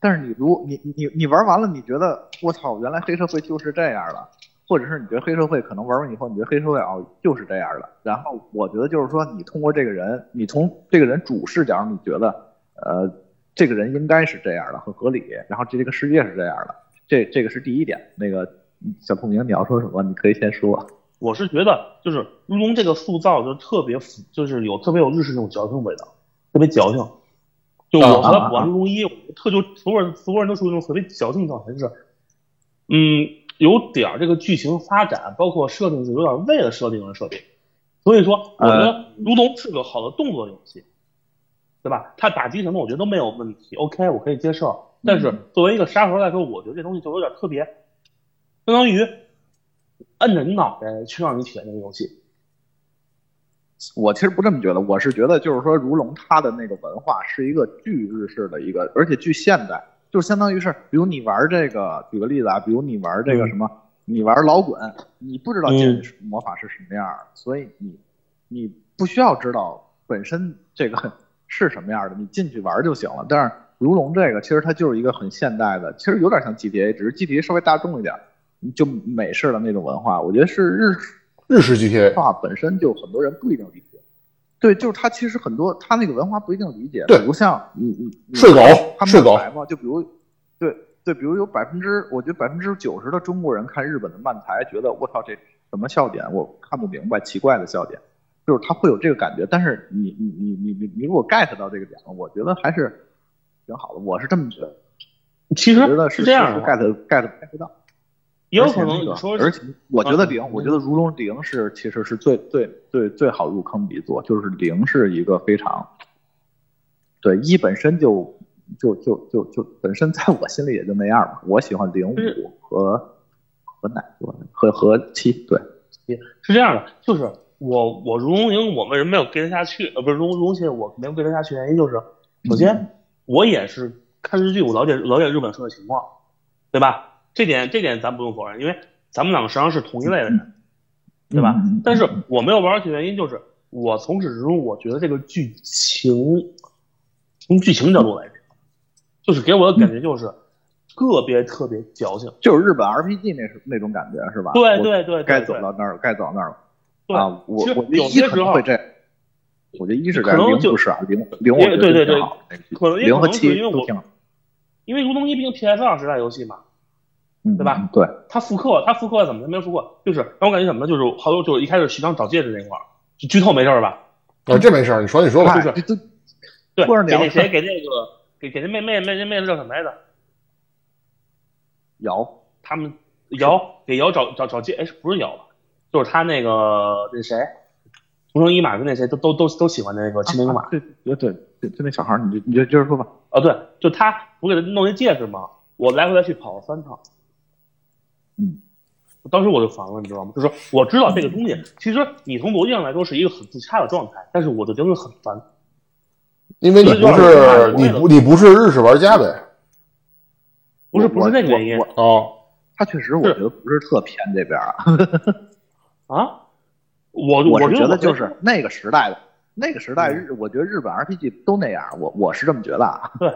但是你如你你你玩完了，你觉得我操，原来黑社会就是这样的，或者是你觉得黑社会可能玩完以后，你觉得黑社会哦就是这样的。然后我觉得就是说，你通过这个人，你从这个人主视角，你觉得呃这个人应该是这样的，很合理，然后这这个世界是这样的，这这个是第一点。那个小透明，你要说什么？你可以先说。
我是觉得就是如龙这个塑造就特别符，就是有特别有日式那种矫情味道，特别矫情。就我和
啊啊啊
我玩如龙一，我特就所有人所有人都属于那种特别矫情状态，就是嗯有点儿这个剧情发展，包括设定是有点儿为了设定而设定。所以说，我觉
呃
得如龙是个好的动作游戏，对吧？它打击什么，我觉得都没有问题，OK，我可以接受。但
嗯
是作为一个沙盒来说，我觉得这东西就有点特别，相当于摁着你脑袋去让你体验这个游戏。
我其实不这么觉得，我是觉得就是说，如龙它的那个文化是一个巨日式的一个，而且巨现代，就是相当于是，比如你玩这个，举个例子啊，比如你玩这个什么，你玩老滚，你不知道剑是魔法是什么样儿，所以你你不需要知道本身这个 是什么样的，你进去玩就行了。但是如龙这个其实它就是一个很现代的，其实有点像 GTA，只是 GTA 稍微大众一点儿，就美式的那种文化，我觉得是日
日式 GTA，
化本身就很多人不一定理解。对，就是他其实很多他那个文化不一定理解，
对
比如像你你你
睡狗
他们
睡狗
白嘛，就比如对对，比如有百分之我觉得百分之九十的中国人看日本的漫才，觉得我操这什么笑点我看不明白，奇怪的笑点，就是他会有这个感觉，但是你你你你你你如果 get 到这个点了，我觉得还是挺好的，我是这么觉得，
其实
我觉得
这样啊
是
的话，
get get get 不到。
也有可能你
而且
说
那个而且我觉得零，
嗯
我觉得如龙零是其实是最最最最好入坑比作，就是零是一个非常，对一本身就就就就就本身在我心里也就那样吧。我喜欢零五和和哪个和和七，对，
是这样的，就是我我如龙营我为什么没有 get 下去？呃，不是如如龙系列我没有 get 下去，原因就是
嗯
首先我也是看日剧，我了解了解日本社会情况，对吧？这点这点咱不用否认，因为咱们两个实际上是同一类的人，对吧？
嗯
但是我没有玩下去的原因就是我从始至终我觉得这个剧情，从剧情角度来讲，就是给我的感觉就是特别特别矫情。啊
就是日本 RPG 那是那种感觉是吧？
对
我
对对，对
该走
对
到那儿了，该走到那儿了。
对
啊，我
其实
我觉得
有
一
些
可
时
能
候
会这样，我觉得一是这
可
样，
能
零
就
不是啊，零零我觉得
对对
挺
对
好的
可能也
零和
可能是
七
因为
都
我
挺好，
因为如龙一毕竟 PS 二时代游戏嘛，
嗯
对吧？
嗯对，
它复刻，它复刻怎么它没有复刻？就是让我感觉什么呢？就是好多就是一开始徐章找戒指那块儿，就剧透没事儿吧？
啊，这没事儿，你说你说吧
嗨，
就是
这都
对，
或者你
给
要
那谁
是
给那个给给那妹妹妹那妹子叫什么来着？
姚
他们姚给姚找找找借，哎，是不是姚吧？就是他那个那谁，同城一马跟那谁都都都都喜欢
啊
那个青梅竹马。
对对对对，就那小孩儿，你就你就接着说吧。
啊，对，就他不给他弄那戒指吗？我来回来去跑了三趟。
嗯，
当时我就烦了，你知道吗？就说我知道这个东西，其实你从逻辑上来说是一个很自洽的状态，但是我就真的很烦。
因为你不是你不你不是日式玩家呗？
不是
我
不是那个原因
我我
哦，
他确实我
是
觉得不是特偏这边儿啊，
啊，我
我
觉
是
得
觉
我
得就是那个时代的那个时代日，我觉得日本 RPG 都那样，我我是这么觉得啊。
对，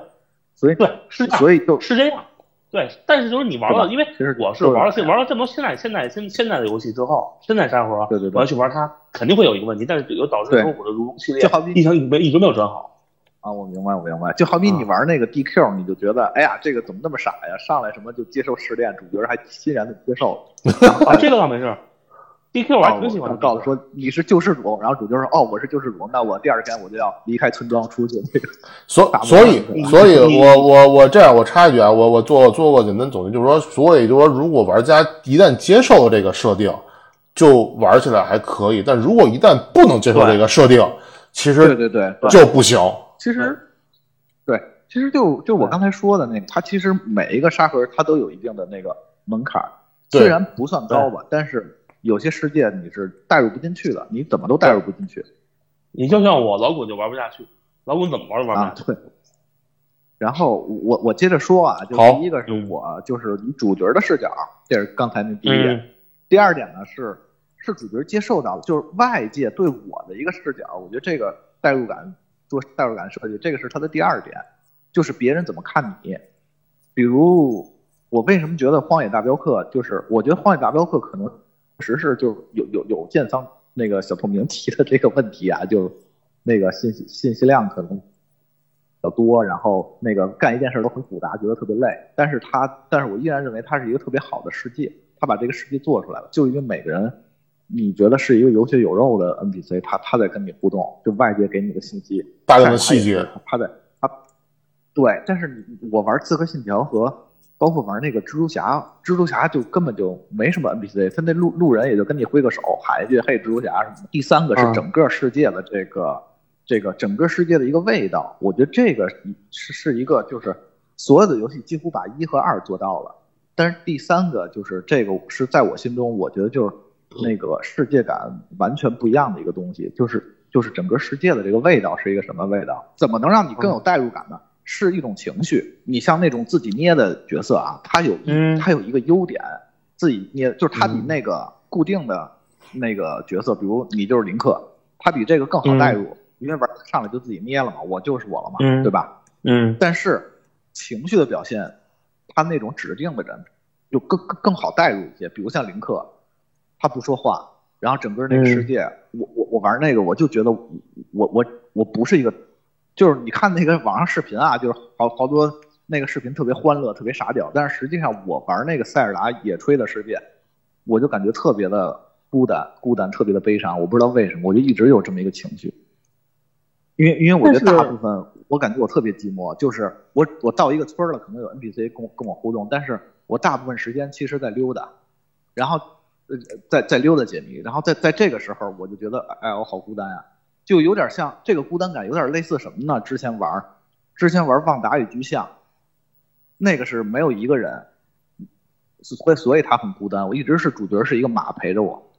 所以
对是这样
所以就是
这样，对，但是就是你玩
对
了，
吧
因为
其实
我是
就是
玩了玩了这么多现在现在现现在的游戏之后，现在沙盒，
对对对
我要去玩它，肯定会有一个问题，但是有导致
对
说我的如龙系列
就好比
一直没一直没有转好，
啊，我明白，我明白。就好比
嗯
你玩那个 DQ，你就觉得，哎呀，这个怎么那么傻呀？上来什么就接受试炼，主角还欣然的接受了。哦
啊，这个倒没事。D Q 我还挺喜欢的，
告诉说你是救世主，然后主角说，哦，我是救世主，那我第二天我就要离开村庄出去。 这个
所
打不
所以
过
所以
你
我我我这样我插一句啊，我我做做过简单总结，就是说，所以就是说，如果玩家一旦接受了这个设定，就玩起来还可以；但如果一旦不能接受这个设定，其
对
实
对对，对
就不行。
其实，对，其实就就我刚才说的那个，它其实每一个沙盒它都有一定的那个门槛儿，
对
虽然不算高吧，但是有些世界你是带入不进去的，你怎么都带入不进去
你就像我老滚就玩不下去，老滚怎么玩都玩不
啊
下去。。
对。然后我我接着说啊，就
好
第一个是
嗯
我就是以主角的视角，这是刚才那第一
嗯
点。第二点呢是是主角接受到的，就是外界对我的一个视角，我觉得这个代入感做代入感设计，这个是它的第二点，就是别人怎么看你。比如我为什么觉得《荒野大镖客》就是，我觉得《荒野大镖客》可能确实是就是有有有建仓那个小透明提的这个问题啊，就那个信息信息量可能比较多，然后那个干一件事都很复杂，觉得特别累。但是他，但是我依然认为它是一个特别好的世界，他把这个世界做出来了，就因为每个人你觉得是一个有血有肉的 NPC，他他在跟你互动，就外界给你的信息，
大量的细节
但是他也是，他在他对，但是你我玩《刺客信条》和包括玩那个蜘蛛侠，蜘蛛侠就根本就没什么 NPC，他那路路人也就跟你挥个手，喊一句“嘿，蜘蛛侠”什么的。第三个是
嗯
整个世界的这个、这个整个世界的一个味道，我觉得这个是是一个就是所有的游戏几乎把一和二做到了，但是第三个就是这个是在我心中，我觉得就是那个世界感完全不一样的一个东西，就是就是整个世界的这个味道是一个什么味道？怎么能让你更有代入感呢？是一种情绪。你像那种自己捏的角色啊，它有
嗯
它有一个优点，自己捏就是它比
嗯
那个固定的那个角色，比如你就是林克，它比这个更好代入，因为玩家上来就自己捏了嘛，我就是我了嘛，
嗯
对吧？
嗯
但是情绪的表现，他那种指定的人就更更更好带入一些。比如像林克，他不说话，然后整个那个世界，我我我玩那个，我就觉得我我我我不是一个，就是你看那个网上视频啊，就是好好多那个视频特别欢乐，特别傻屌，但是实际上我玩那个塞尔达野炊的世界，我就感觉特别的孤单，孤单特别的悲伤，我不知道为什么，我就一直有这么一个情绪。因为因为我觉得
但是
大部分，我感觉我特别寂寞，就是我我到一个村儿了，可能有 NPC 跟我跟我互动，但是我大部分时间其实在溜达，然后呃在在溜达解谜，然后在在这个时候我就觉得哎我好孤单啊，就有点像这个孤单感有点类似什么呢？之前玩儿之前玩《旺达与巨像》，那个是没有一个人，所以所以他很孤单。我一直是主角是一个马陪着我，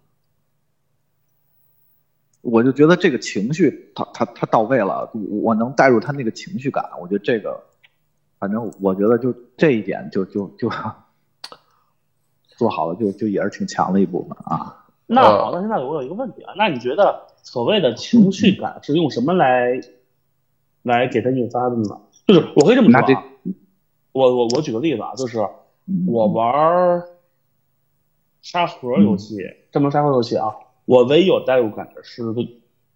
我就觉得这个情绪他他他到位了，我我能带入他那个情绪感。我觉得这个，反正我觉得就这一点就就就做好了就，就也是挺强的一部分啊。
那好，那现在我有一个问题啊，那你觉得所谓的情绪感是用什么来来给它引发的呢？就是我可以这么
那这
说啊，我我我举个例子啊，就是
嗯
我玩儿沙盒游戏，
嗯
这门沙盒游戏啊，我唯一有代入感的是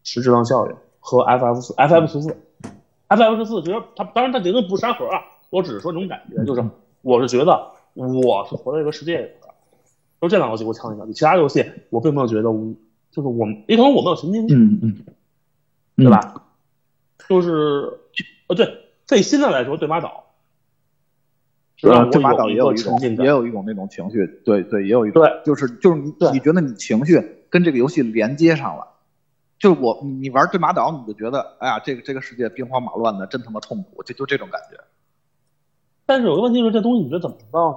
是《质量效应》和 FF 四 FF 十四，FF
嗯
十四其实它当然它绝对不是沙盒啊，我只是说这种感
嗯
觉，就是我是觉得我是活在一个世界里的，就这两个游戏我强一强，其他游戏我并没有觉得我，就是我，也可能我没有神经质，
嗯嗯嗯，
对吧？就是呃对最新的来说，对马岛，
呃，
让
对马
我
岛也
有
有
一个
一
沉
种，
浸
也
感。
有一种那种情绪，对对，也有一种，
对
就是就是你
对
你觉得你情绪跟这个游戏连接上了，就是我你你玩对马岛，你就觉得哎呀，这个这个世界兵荒马乱的，真他妈痛苦，就就这种感觉。
但是有个问题是，这东西你觉得怎么弄？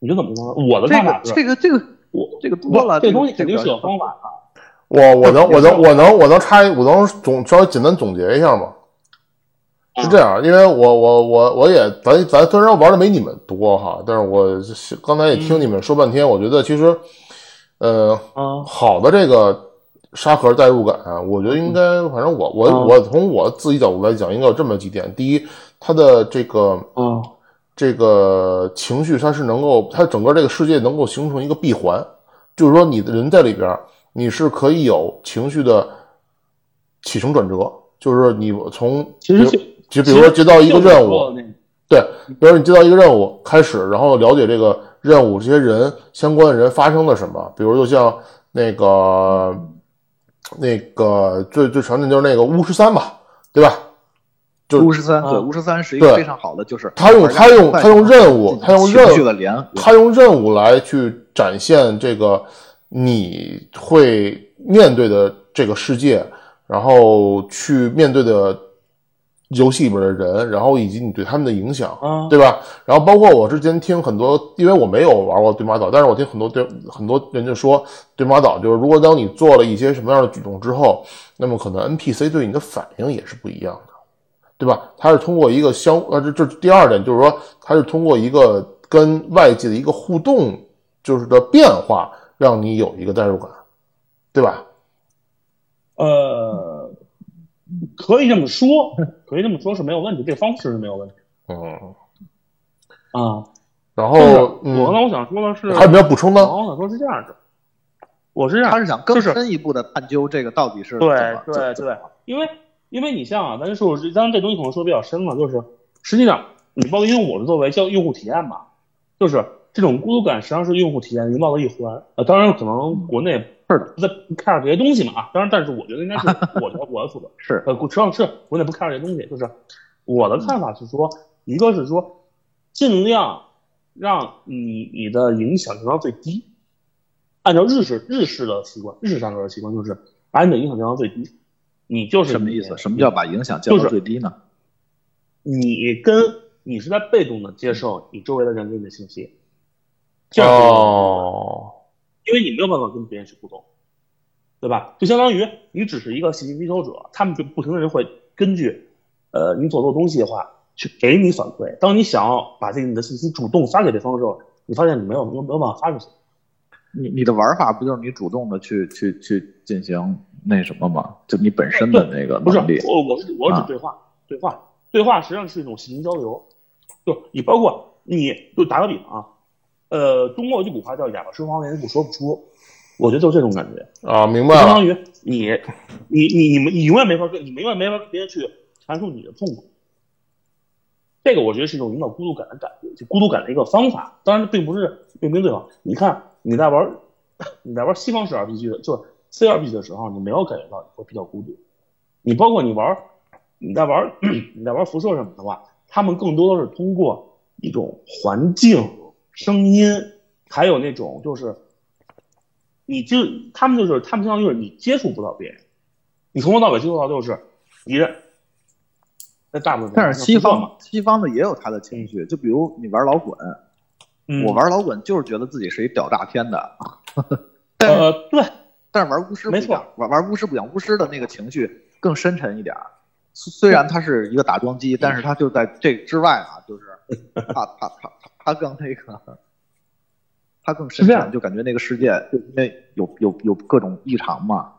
你觉得怎么弄？我的
这
看法
个
是，
这个这个
我
这个多了，
这
这
东西肯定是有
方
方法的。
我我能我能我能我能插一我能总稍微简单总结一下吗？是这样，因为我我我我也咱咱虽然玩的没你们多哈，但是我是刚才也听你们说半天，我觉得其实，呃，
啊
嗯
好的这个沙盒代入感啊，我觉得应该，反正我我
嗯
我从我自己角度来讲，应该有这么几点：第一，它的这个
啊
嗯
这个情绪，它是能够，它整个这个世界能够形成一个闭环，就是说你的人在里边儿，你是可以有情绪的起承转折，就是你从
其实
比
就
如就比如说接到一个任务，，
其实就是说的那个
对，比如说你接到一个任务开始，然后了解这个任务这些人相关的人发生了什么，比如就像那个那个最最常见就是那个巫师三吧，对吧？就
巫师三，对
啊
巫师三是一个
对
非常好的，就是
他用
玩家
他用
在
他用任务
自己
他用
情绪
任
的
务
连，
他用任务来去展现这个你会面对的这个世界，然后去面对的游戏里边的人，然后以及你对他们的影响。
啊，
对吧？然后包括我之前听很多，因为我没有玩过对马岛，但是我听很多对很多人就说，对马岛就是如果当你做了一些什么样的举动之后，那么可能 NPC 对你的反应也是不一样的，对吧？它是通过一个相呃，这这是第二点就是说，它是通过一个跟外界的一个互动，就是的变化，让你有一个代入感，对吧？
呃，可以这 么说，可以这么说是没有问题，这个方式是没有问题
嗯，
啊。
然
但是
后
我刚才
嗯，哦
我想说的是，
还有没有补充呢？
我想说是这样的，我是这样
他，是想更
就是
深一步的探究这个到底是
对
怎么
对对，因为因为你像啊，咱就说，当然这东西可能说比较深了，就是实际上你包括因为我是作为叫用户体验嘛，就是这种孤独感实际上是用户体验营造的一环。呃，当然可能
嗯
国内
是的，
不在不 care 这些东西嘛啊，当然，但是我觉得应该是 我的我的负责，
是
呃，实际上是国内不 care 这些东西，就是我的看法是说，一个是说尽量让你你的影响降到最低，按照日式日式的习惯，日式上课的习惯就是把你的影响降到最低，你就是
什么
你
意思？什么叫把影响降
就
到
是
最低呢？
你跟你是在被动的接受你周围的人给你的信息，这样是一种
哦，
因为你没有办法跟别人去互动，对吧？就相当于你只是一个信息吸收者，他们就不停的人会根据呃你所做的东西的话去给你反馈。当你想要把这个你的信息主动发给对方的时候，你发现你没有没有没有办法发出去。
你你的玩法不就是你主动的去去去进行那什么吗？就你本身的那个
不是
能力，
我我是我是
啊
对话、对话对话实际上是一种信息交流，就你包括你就打个比方啊，呃，中国有句古话叫“哑巴吃黄连，苦说不出”，我觉得就是这种感觉。
啊，明
就
白
相
了
当。于你，你你你们你永远没法跟你们永远没法跟别人去阐述你的痛苦。这个我觉得是一种引导孤独感的感觉，就孤独感的一个方法。当然，并不是并不是最好。你看你在玩 你在玩西方式 RPG 的，就是 CRPG 的时候，你没有感觉到你会比较孤独。你包括你玩你在玩 你在玩辐射什么的话，他们更多的是通过一种环境、声音，还有那种就是你就他们就是他们相当于是你接触不到别人，你从头到尾接触到就是敌人。那大部分
但是西
嘛
方，西方的也有他的情绪，就比如你玩老滚，
嗯
我玩老滚就是觉得自己是一屌炸天的，
呃，对，
但是玩巫师不一
没
样，玩玩巫师不一样，巫师的那个情绪更深沉一点儿。虽虽然它是一个打桩机，但是它就在这之外啊， 就是它它它它它更那个，它更深
是这样
沉，就感觉那个世界就因为有有有各种异常嘛。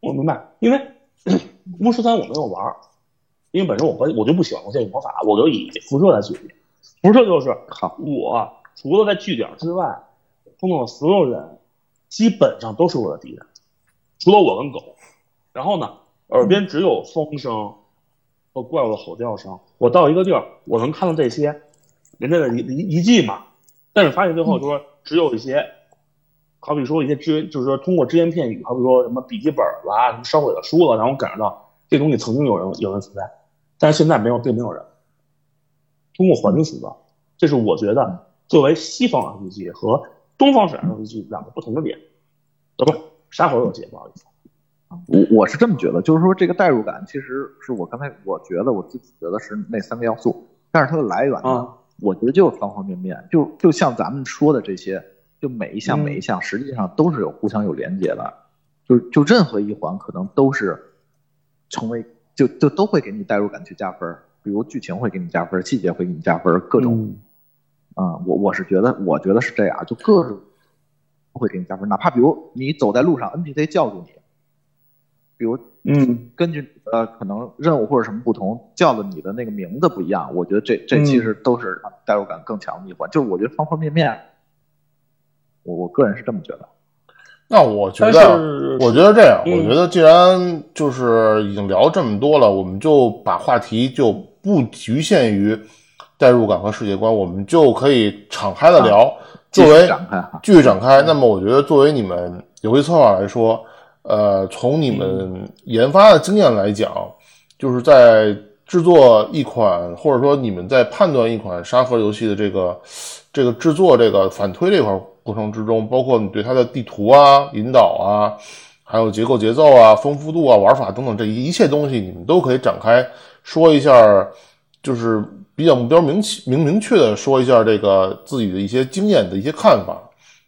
我明白，因为巫师三我没有玩儿，因为本身我不我就不喜欢我这个魔法，我就以辐射来举例。辐射就是
好，
我除了在据点之外，碰到的所有人基本上都是我的敌人，除了我跟狗。然后呢，耳边只有风声和怪物的吼叫声。我到一个地儿，我能看到这些人家的遗遗遗迹嘛，但是发现最后说只有一些，好比说一些只言，就是说通过只言片语，好比说什么笔记本啦、什么烧毁的书了，然后感觉到这东西曾经有人有人存在，但是现在没有，并没有人。通过环境塑造，这是我觉得作为西方 RPG 和东方式 RPG 两个不同的点。呃，不，啥会儿有解，啊不好意思。
我我是这么觉得，就是说这个代入感其实是我刚才我觉得我自己觉得是那三个要素，但是它的来源呢，
啊
我觉得就方方面面，就就像咱们说的这些，就每一项
嗯
每一项实际上都是有互相有连接的，就就任何一环可能都是成为就就都会给你代入感去加分儿，比如剧情会给你加分儿，细节会给你加分儿，各种
嗯
啊、我我是觉得，我觉得是这样，就各种会给你加分，哪怕比如你走在路上，NPC 叫住你，比如
嗯
根据呃可能任务或者什么不同，叫的你的那个名字不一样，我觉得这这
嗯
其实都是代入感更强的一环，就是我觉得方方面面，我我个人是这么觉得。
那我觉
但
得，
是
我觉得这样，
嗯
我觉得既然就是已经聊这么多了，我们就把话题就不局限于代入感和世界观，我们就可以敞开
啊
的聊。
继
作
续
为
展开哈
继续展开，那么我觉得作为你们游戏策划来说，呃，从你们研发的经验来讲，就是在制作一款，或者说你们在判断一款沙盒游戏的这个这个制作这个反推这块过程之中，包括你对它的地图啊、引导啊，还有结构、节奏啊、丰富度啊、玩法等等这一切东西，你们都可以展开说一下，就是比较目标明确明明确的说一下这个自己的一些经验的一些看法。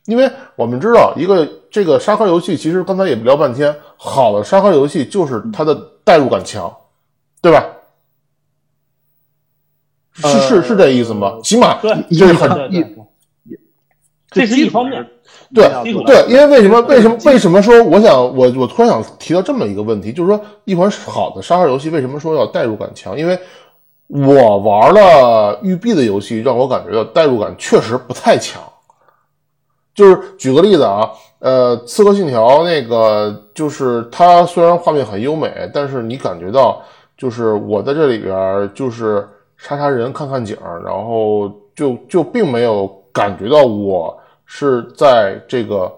因为我们知道，一个这个沙盒游戏，其实刚才也聊半天，好的沙盒游戏就是它的代入感强，对吧？是是是这意思吗？起码
对，
这是很
对对对这是
基
一
础
方面
还是
对
要
基
做
础
的
对，因为为什么为什么为什么说我想我我突然想提到这么一个问题，就是说一款好的沙盒游戏为什么说要代入感强？因为我玩了育碧的游戏，让我感觉到代入感确实不太强。就是举个例子啊，呃，《刺客信条》那个就是它虽然画面很优美，但是你感觉到就是我在这里边儿就是杀杀人、看看景儿，然后就就并没有感觉到我是在这个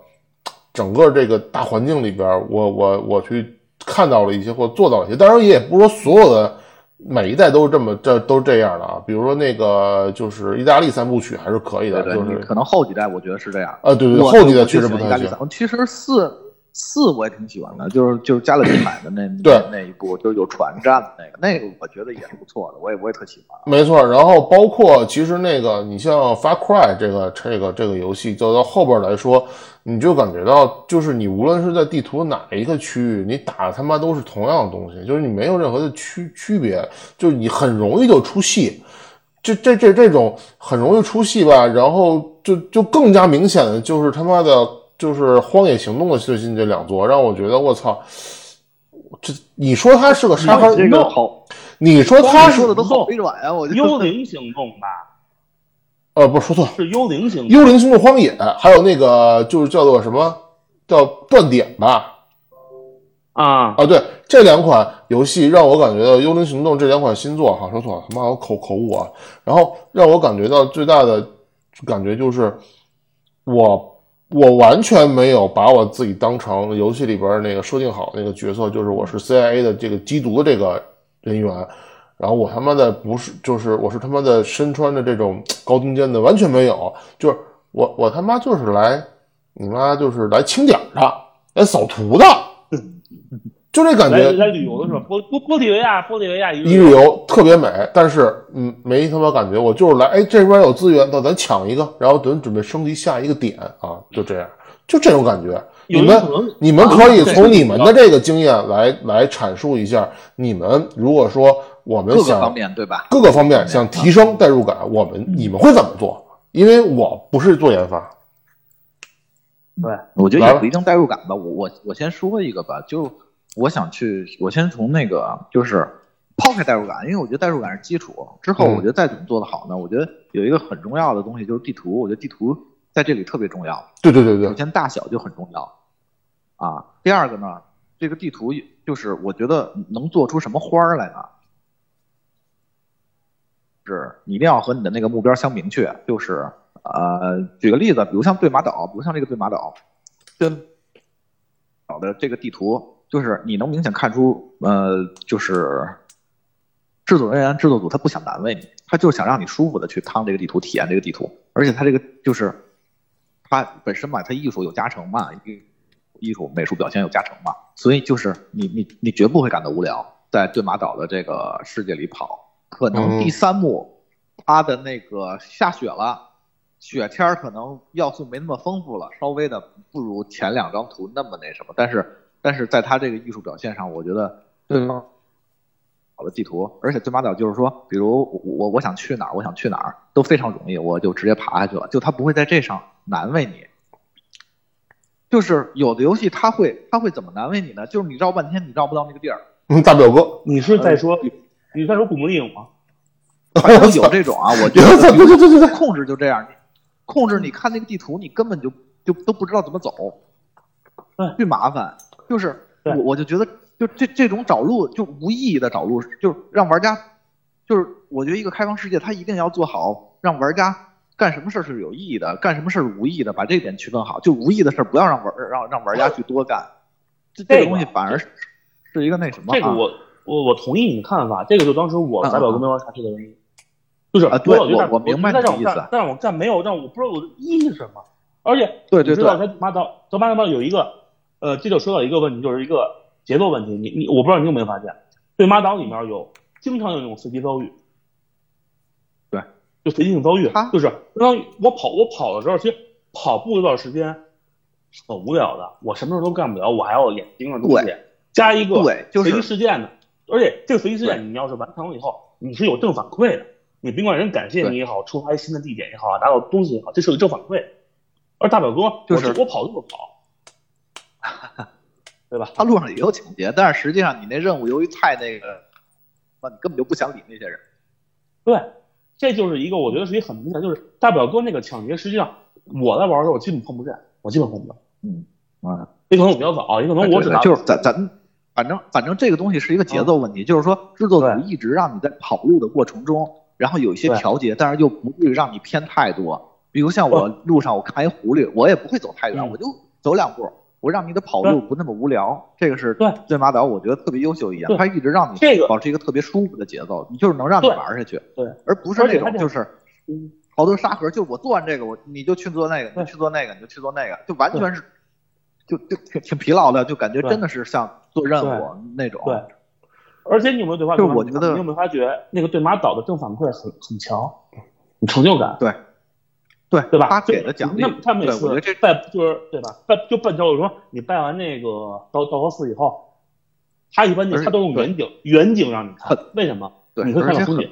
整个这个大环境里边儿，我我我去看到了一些或做到了一些，当然也不是说所有的。每一代都是这么这都是这样的啊，比如说那个就是意大利三部曲还是可以的，
对
就
对，
是
你可能后几代我觉得是这样。
啊，对对，
我
后期
我就
的确实
喜
不
欢意
太
大利
行
伞。其实四四我也挺喜欢的，就是就是加勒比海的那
对
那那一部，就是有船战的那个，那个我觉得也是不错的，我也我也特喜欢。
没错，然后包括其实那个，你像《Far Cry》这个这个这个游戏，走到后边来说，你就感觉到，就是你无论是在地图哪一个区域，你打他妈都是同样的东西，就是你没有任何的区区别，就你很容易就出戏。这这这这种很容易出戏吧，然后就就更加明显的就是他妈的，就是《荒野行动》的最近这两作，让我觉得我操，这你说它是个沙盒，
这个好，
你说它
他
是
说的都好微软啊，我觉
幽
得。
灵行动吧，
呃，不是说错了，
是幽灵行动。
幽灵行动荒野，还有那个就是叫做什么叫断点吧？
啊，
啊，对，这两款游戏让我感觉到《幽灵行动》这两款新作，哈，说错了，他妈我口口误啊。然后让我感觉到最大的感觉就是我我完全没有把我自己当成游戏里边那个设定好的那个角色，就是我是 CIA 的这个缉毒的这个人员，然后我他妈的不是，就是我是他妈的身穿着这种高精尖的，完全没有，就是我我他妈就是来你妈就是来清点儿的，来扫图 的，就这感
来
觉，
来旅游的时候，玻玻玻利维亚，玻利维亚
一日游特别美，但是嗯，没他妈感觉，我就是来，哎，这边有资源，那咱抢一个，然后等准备升级下一个点啊，就这样，就这种感觉。你
有
们
人可能
你们可以从你们
啊
的这个经验来来阐述一下，你们如果说我们
各个
想
方面对吧？
各个方面想提升代入感，我们你们会怎么做？因为我不是做研发，
我觉得
来
也
吧
不一定代入感吧。我我我先说一个吧，就是我想去，我先从那个啊就是抛开代入感，因为我觉得代入感是基础。之后
嗯
我觉得再怎么做得好呢？我觉得有一个很重要的东西就是地图，我觉得地图在这里特别重要。
对对对对
首，先大小就很重要啊。第二个呢，这个地图就是我觉得能做出什么花儿来呢？是你一定要和你的那个目标相明确，就是呃，举个例子，比如像对马岛，比如像这个对马岛，对马岛的这个地图，就是你能明显看出，呃，就是制作人员、制作组他不想难为你，他就是想让你舒服的去趟这个地图，体验这个地图。而且他这个就是他本身嘛，他艺术有加成嘛，艺术美术表现有加成嘛，所以就是你你你绝不会感到无聊，在对马岛的这个世界里跑。可能第三幕他的那个下雪了，雪天儿可能要素没那么丰富了，稍微的不如前两张图那么那什么，但是但是在他这个艺术表现上，我觉得对方好的地图，而且对马岛就是说，比如我我我想去哪儿，我想去哪儿都非常容易，我就直接爬下去了，就他不会在这上难为你。就是有的游戏他会他会怎么难为你呢？就是你绕半天你绕不到那个地儿，
嗯，大表哥，
你是在说呃你是在说古墓丽影吗？
反正有这种啊，我觉
我操
得
对对对对对
控制就这样，你控制你看那个地图，你根本就就都不知道怎么走，
对
巨麻烦。就是我
对
我就觉得，就这这种找路就无意义的找路，就是让玩家，就是我觉得一个开放世界，它一定要做好让玩家干什么事儿是有意义的，干什么事儿是无意义的，把这点区分好。就无意义的事儿不要让玩让让玩家去多干，这这
这
个
个
东西反而是是一个那什么啊。
这个我我我同意你的看法，这个就当时我
啊
打表哥没玩下去的原因，就是
啊
我
对
老觉得
我我明白
但
你的
让我
意思
干，但让我干没有让我不知道我的意义是什么，而且
对对
你知道
对，
他妈的，他妈的有一个，呃，这就说到一个问题，就是一个节奏问题。你你，我不知道你有没有发现，对马岛里面有经常有那种随机遭遇，
对，
就随机性遭遇
啊，
就是相当于我跑我跑的时候，其实跑步这段时间是很无聊的，我什么事都干不了，我还要眼睛上东西，加一个
对就是
随机事件的，而且这个随机事件你要是完成了以后，你是有正反馈的。你甭管人感谢你也好，触发一新的地点也好啊，拿到东西也好，这是有正反馈的。而大表哥，
就是
我我跑路跑，对吧？
他路上也有抢劫，但是实际上你那任务由于太那个，那你根本就不想理那些人。
对，这就是一个我觉得是一个很明显，就是大表哥那个抢劫，实际上我在玩的时候我基本碰不见，我基本碰不到，
啊，
也可能我比较早，也可能
对
我只
对
拿
就是咱咱反正反正这个东西是一个节奏问题，就是说制作组
对
一直让你在跑路的过程中，然后有一些
对
调节，但是又不至于让你偏太多。比如像我路上我看一狐狸，我也不会走太远，
哦嗯
我就走两步，我让你的跑路
对
不那么无聊。这个是
对
对马岛我觉得特别优秀一点，
对
他一直让你
这个
保持一个特别舒服的节奏，你就是能让你
对
玩下去，
对，
而不是
而且
那
它
种
这
就是
嗯。
好多沙盒，就是我做完这个，我你就去做那个，你就
对
去做那个，你就去做那个，就完全是就就挺挺疲劳的，就感觉
对
真的是像做任务那种。
对。而且你有没有对话？
就是我觉得
你有没有发觉那个对马岛的正反馈很很强，有成就感，
对
对吧？
他给的奖励
就，他每
对，我觉
次
得这
拜就是对吧？拜就拜教我说你拜完那个道道和寺以后，他一般就
而且
他都用远景远景让你看
很，
为什么？
对
你，会
而
看
且很
到风
很
景，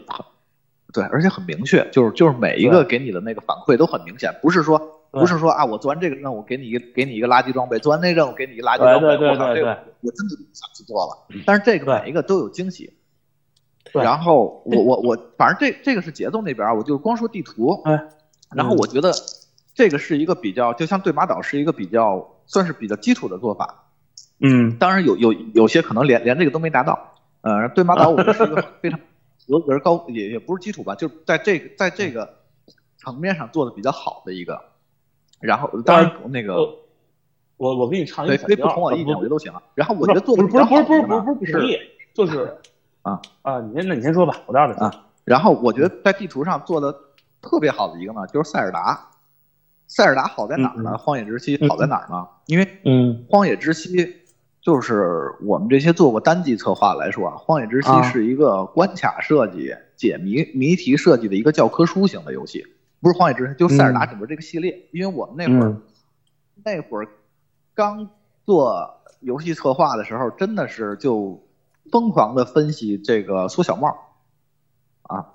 对，而且很明确，就是就是每一个给你的那个反馈都很明显，不是说
对
不是说啊，我做完这个任务给你一个给你一个垃圾装备，做完那任务给你一个垃圾
对
装
哎对
备，
对
我靠，
对
这个
对嗯
我真的不想去做了。但是这个
对
每一个都有惊喜。
对
然后我我我，反正这这个是节奏那边啊，我就光说地图。
哎
然后我觉得这个是一个比较，就像对马岛是一个比较算是比较基础的做法，
嗯，
当然有有有些可能连连这个都没达到。呃，对马岛我们是一个非常合格高，也也不是基础吧，就是在这个在这个层面上做的比较好的一个。然后当然那个
我我我给你唱
对
一个
可以
小
不
调，
同我啊意见，我觉得都行。然后我觉得做
不
的比
是不是
较好
不
的
是
呢
不是不是不是
是
同意，就是
啊
啊，你先那你先说吧，我待会儿再说
啊然后我觉得在地图上做的特别好的一个呢，就是塞尔达。塞尔达好在哪儿呢？
嗯嗯
荒野之息好在哪儿呢？因为
嗯
荒野之息就是我们这些做过单机策划来说啊，荒野之息
啊
是一个关卡设计、解谜谜题设计的一个教科书型的游戏，不是荒野之息，就是塞尔达整个这个系列。因为我们那会儿、
嗯
那会儿刚做游戏策划的时候，真的是就疯狂的分析这个缩小帽啊，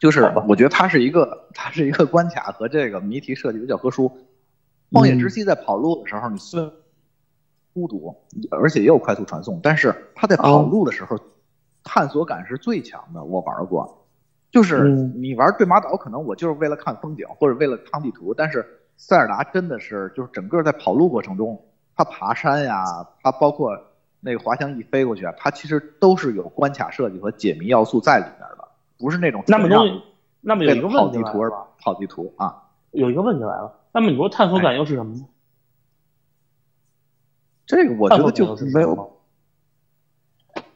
就是
好吧
我觉得它是一个它是一个关卡和这个谜题设计的教科书。荒野之
嗯
息在跑路的时候，你虽然孤独，而且也有快速传送，但是它在
哦
跑路的时候，探索感是最强的。我玩过，就是
嗯
你玩对马岛，可能我就是为了看风景或者为了看地图，但是塞尔达真的是就是整个在跑路过程中，它爬山呀，它包括那个滑翔翼飞过去啊，它其实都是有关卡设计和解谜要素在里面的，不是那种
那么
纯让
东西，那么有
为
一个
了跑
问题
地
来
图而
了，
跑地图啊。
有一个问题来了，那么你说探索
哎
感又是什么呢？
这个我
探
觉
索
得
感
就
又是什
没
么
有
呢，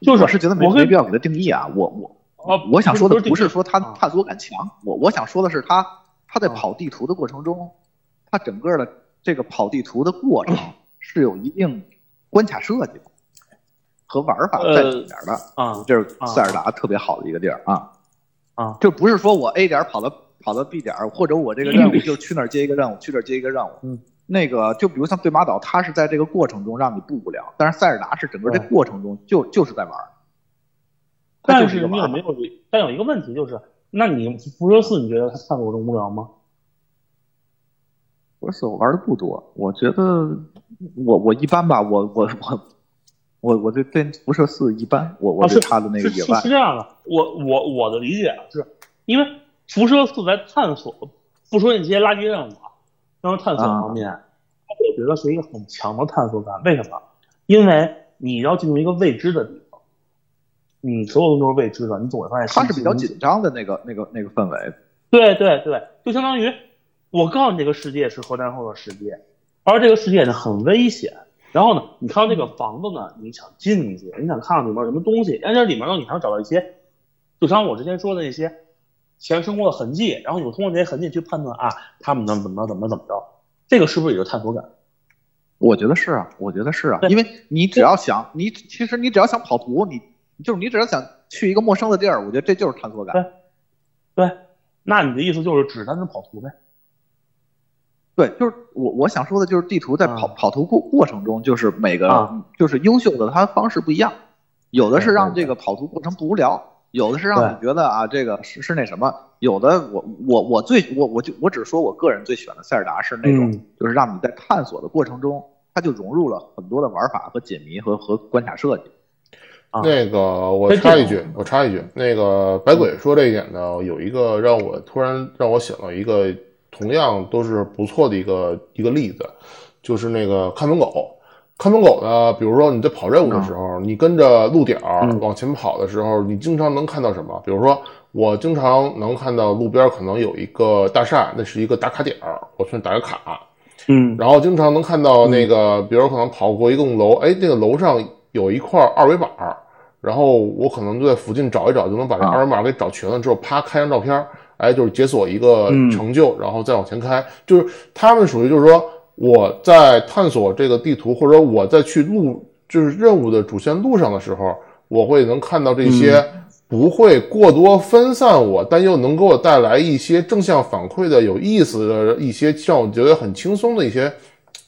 就是
我是觉得没
我
没
跟
必要给它定义啊。我我
哦，
我想说的不
不
是说他
啊
探索感强，我我想说的是他他在跑地图的过程中，他整个的这个跑地图的过 程是有一定关卡设计和玩法在里面的。
呃啊
这是塞尔达特别好的一个地儿啊
啊
就不是说我 A 点跑到跑到 B 点，或者我这个任务就去那儿接一个任务，去这儿接一个任务。
嗯，
那个就比如像对马岛，它是在这个过程中让你不无聊，但是塞尔达是整个这过程中就就是在玩儿，它
哦但
就是一
是
个玩
你有
儿
没有？但有一个问题就是，那你辐射四你觉得它探索中无聊吗？
我所玩的不多，我觉得我我一般吧，我我我我我对对辐射四一般，我我
啊
对
是
它的那个
是
野
是
外
是这样的，我我我的理解啊是，因为辐射四在探索，不说那些垃圾任务啊，然后探索
啊
方面，我觉得是一个很强的探索感。为什么？因为你要进入一个未知的地方，你所有东西都是未知的，你总会发现
它是比较
新奇
紧张的那个那个那个氛围，
对对对，就相当于我告诉你这个世界是核弹后的世界，而这个世界呢很危险。然后呢，你看到这个房子呢，你想进去，你想看看里面有什么东西，但是里面呢，你还能找到一些，就像我之前说的那些前生活的痕迹，然后你通过这些痕迹去判断啊，他们能怎么着怎么着怎么着，这个是不是也是探索感？
我觉得是啊，我觉得是啊，
对
因为你只要想，你其实你只要想跑图，你就是你只要想去一个陌生的地儿，我觉得这就是探索感。
对，那你的意思就是只单纯跑图呗？
对，就是我我想说的就是地图在跑、
啊
跑图过过程中，就是每个、
啊
就是优秀的它方式不一样，有的是
对对
让
对
这个跑图过程不无聊，有的是让
对
你觉得啊这个是是那什么，有的我我我最我我就我只说我个人最喜欢的塞尔达是那种、
嗯
就是让你在探索的过程中，它就融入了很多的玩法和解谜和和关卡设计。
啊
那个，我
那这
插一
种
句，我插一句，那个白鬼说这一点呢，有一个让我突然让我想到一个同样都是不错的一个一个例子，就是那个看门狗。看门狗呢，比如说你在跑任务的时候，你跟着路点儿
嗯
往前跑的时候，你经常能看到什么？比如说，我经常能看到路边儿可能有一个大厦，那是一个打卡点儿，我去打个卡。
嗯，
然后经常能看到那个，比如可能跑过一栋楼，哎，这个楼上有一块二维码，然后我可能就在附近找一找，就能把这
啊
二维码给找全了之后，啪开张照片，哎，就是解锁一个
嗯
成就，然后再往前开，就是他们属于就是说我在探索这个地图，或者我在去路就是任务的主线路上的时候，我会能看到这些。
嗯
不会过多分散我，但又能给我带来一些正向反馈的、有意思的一些让我觉得很轻松的一些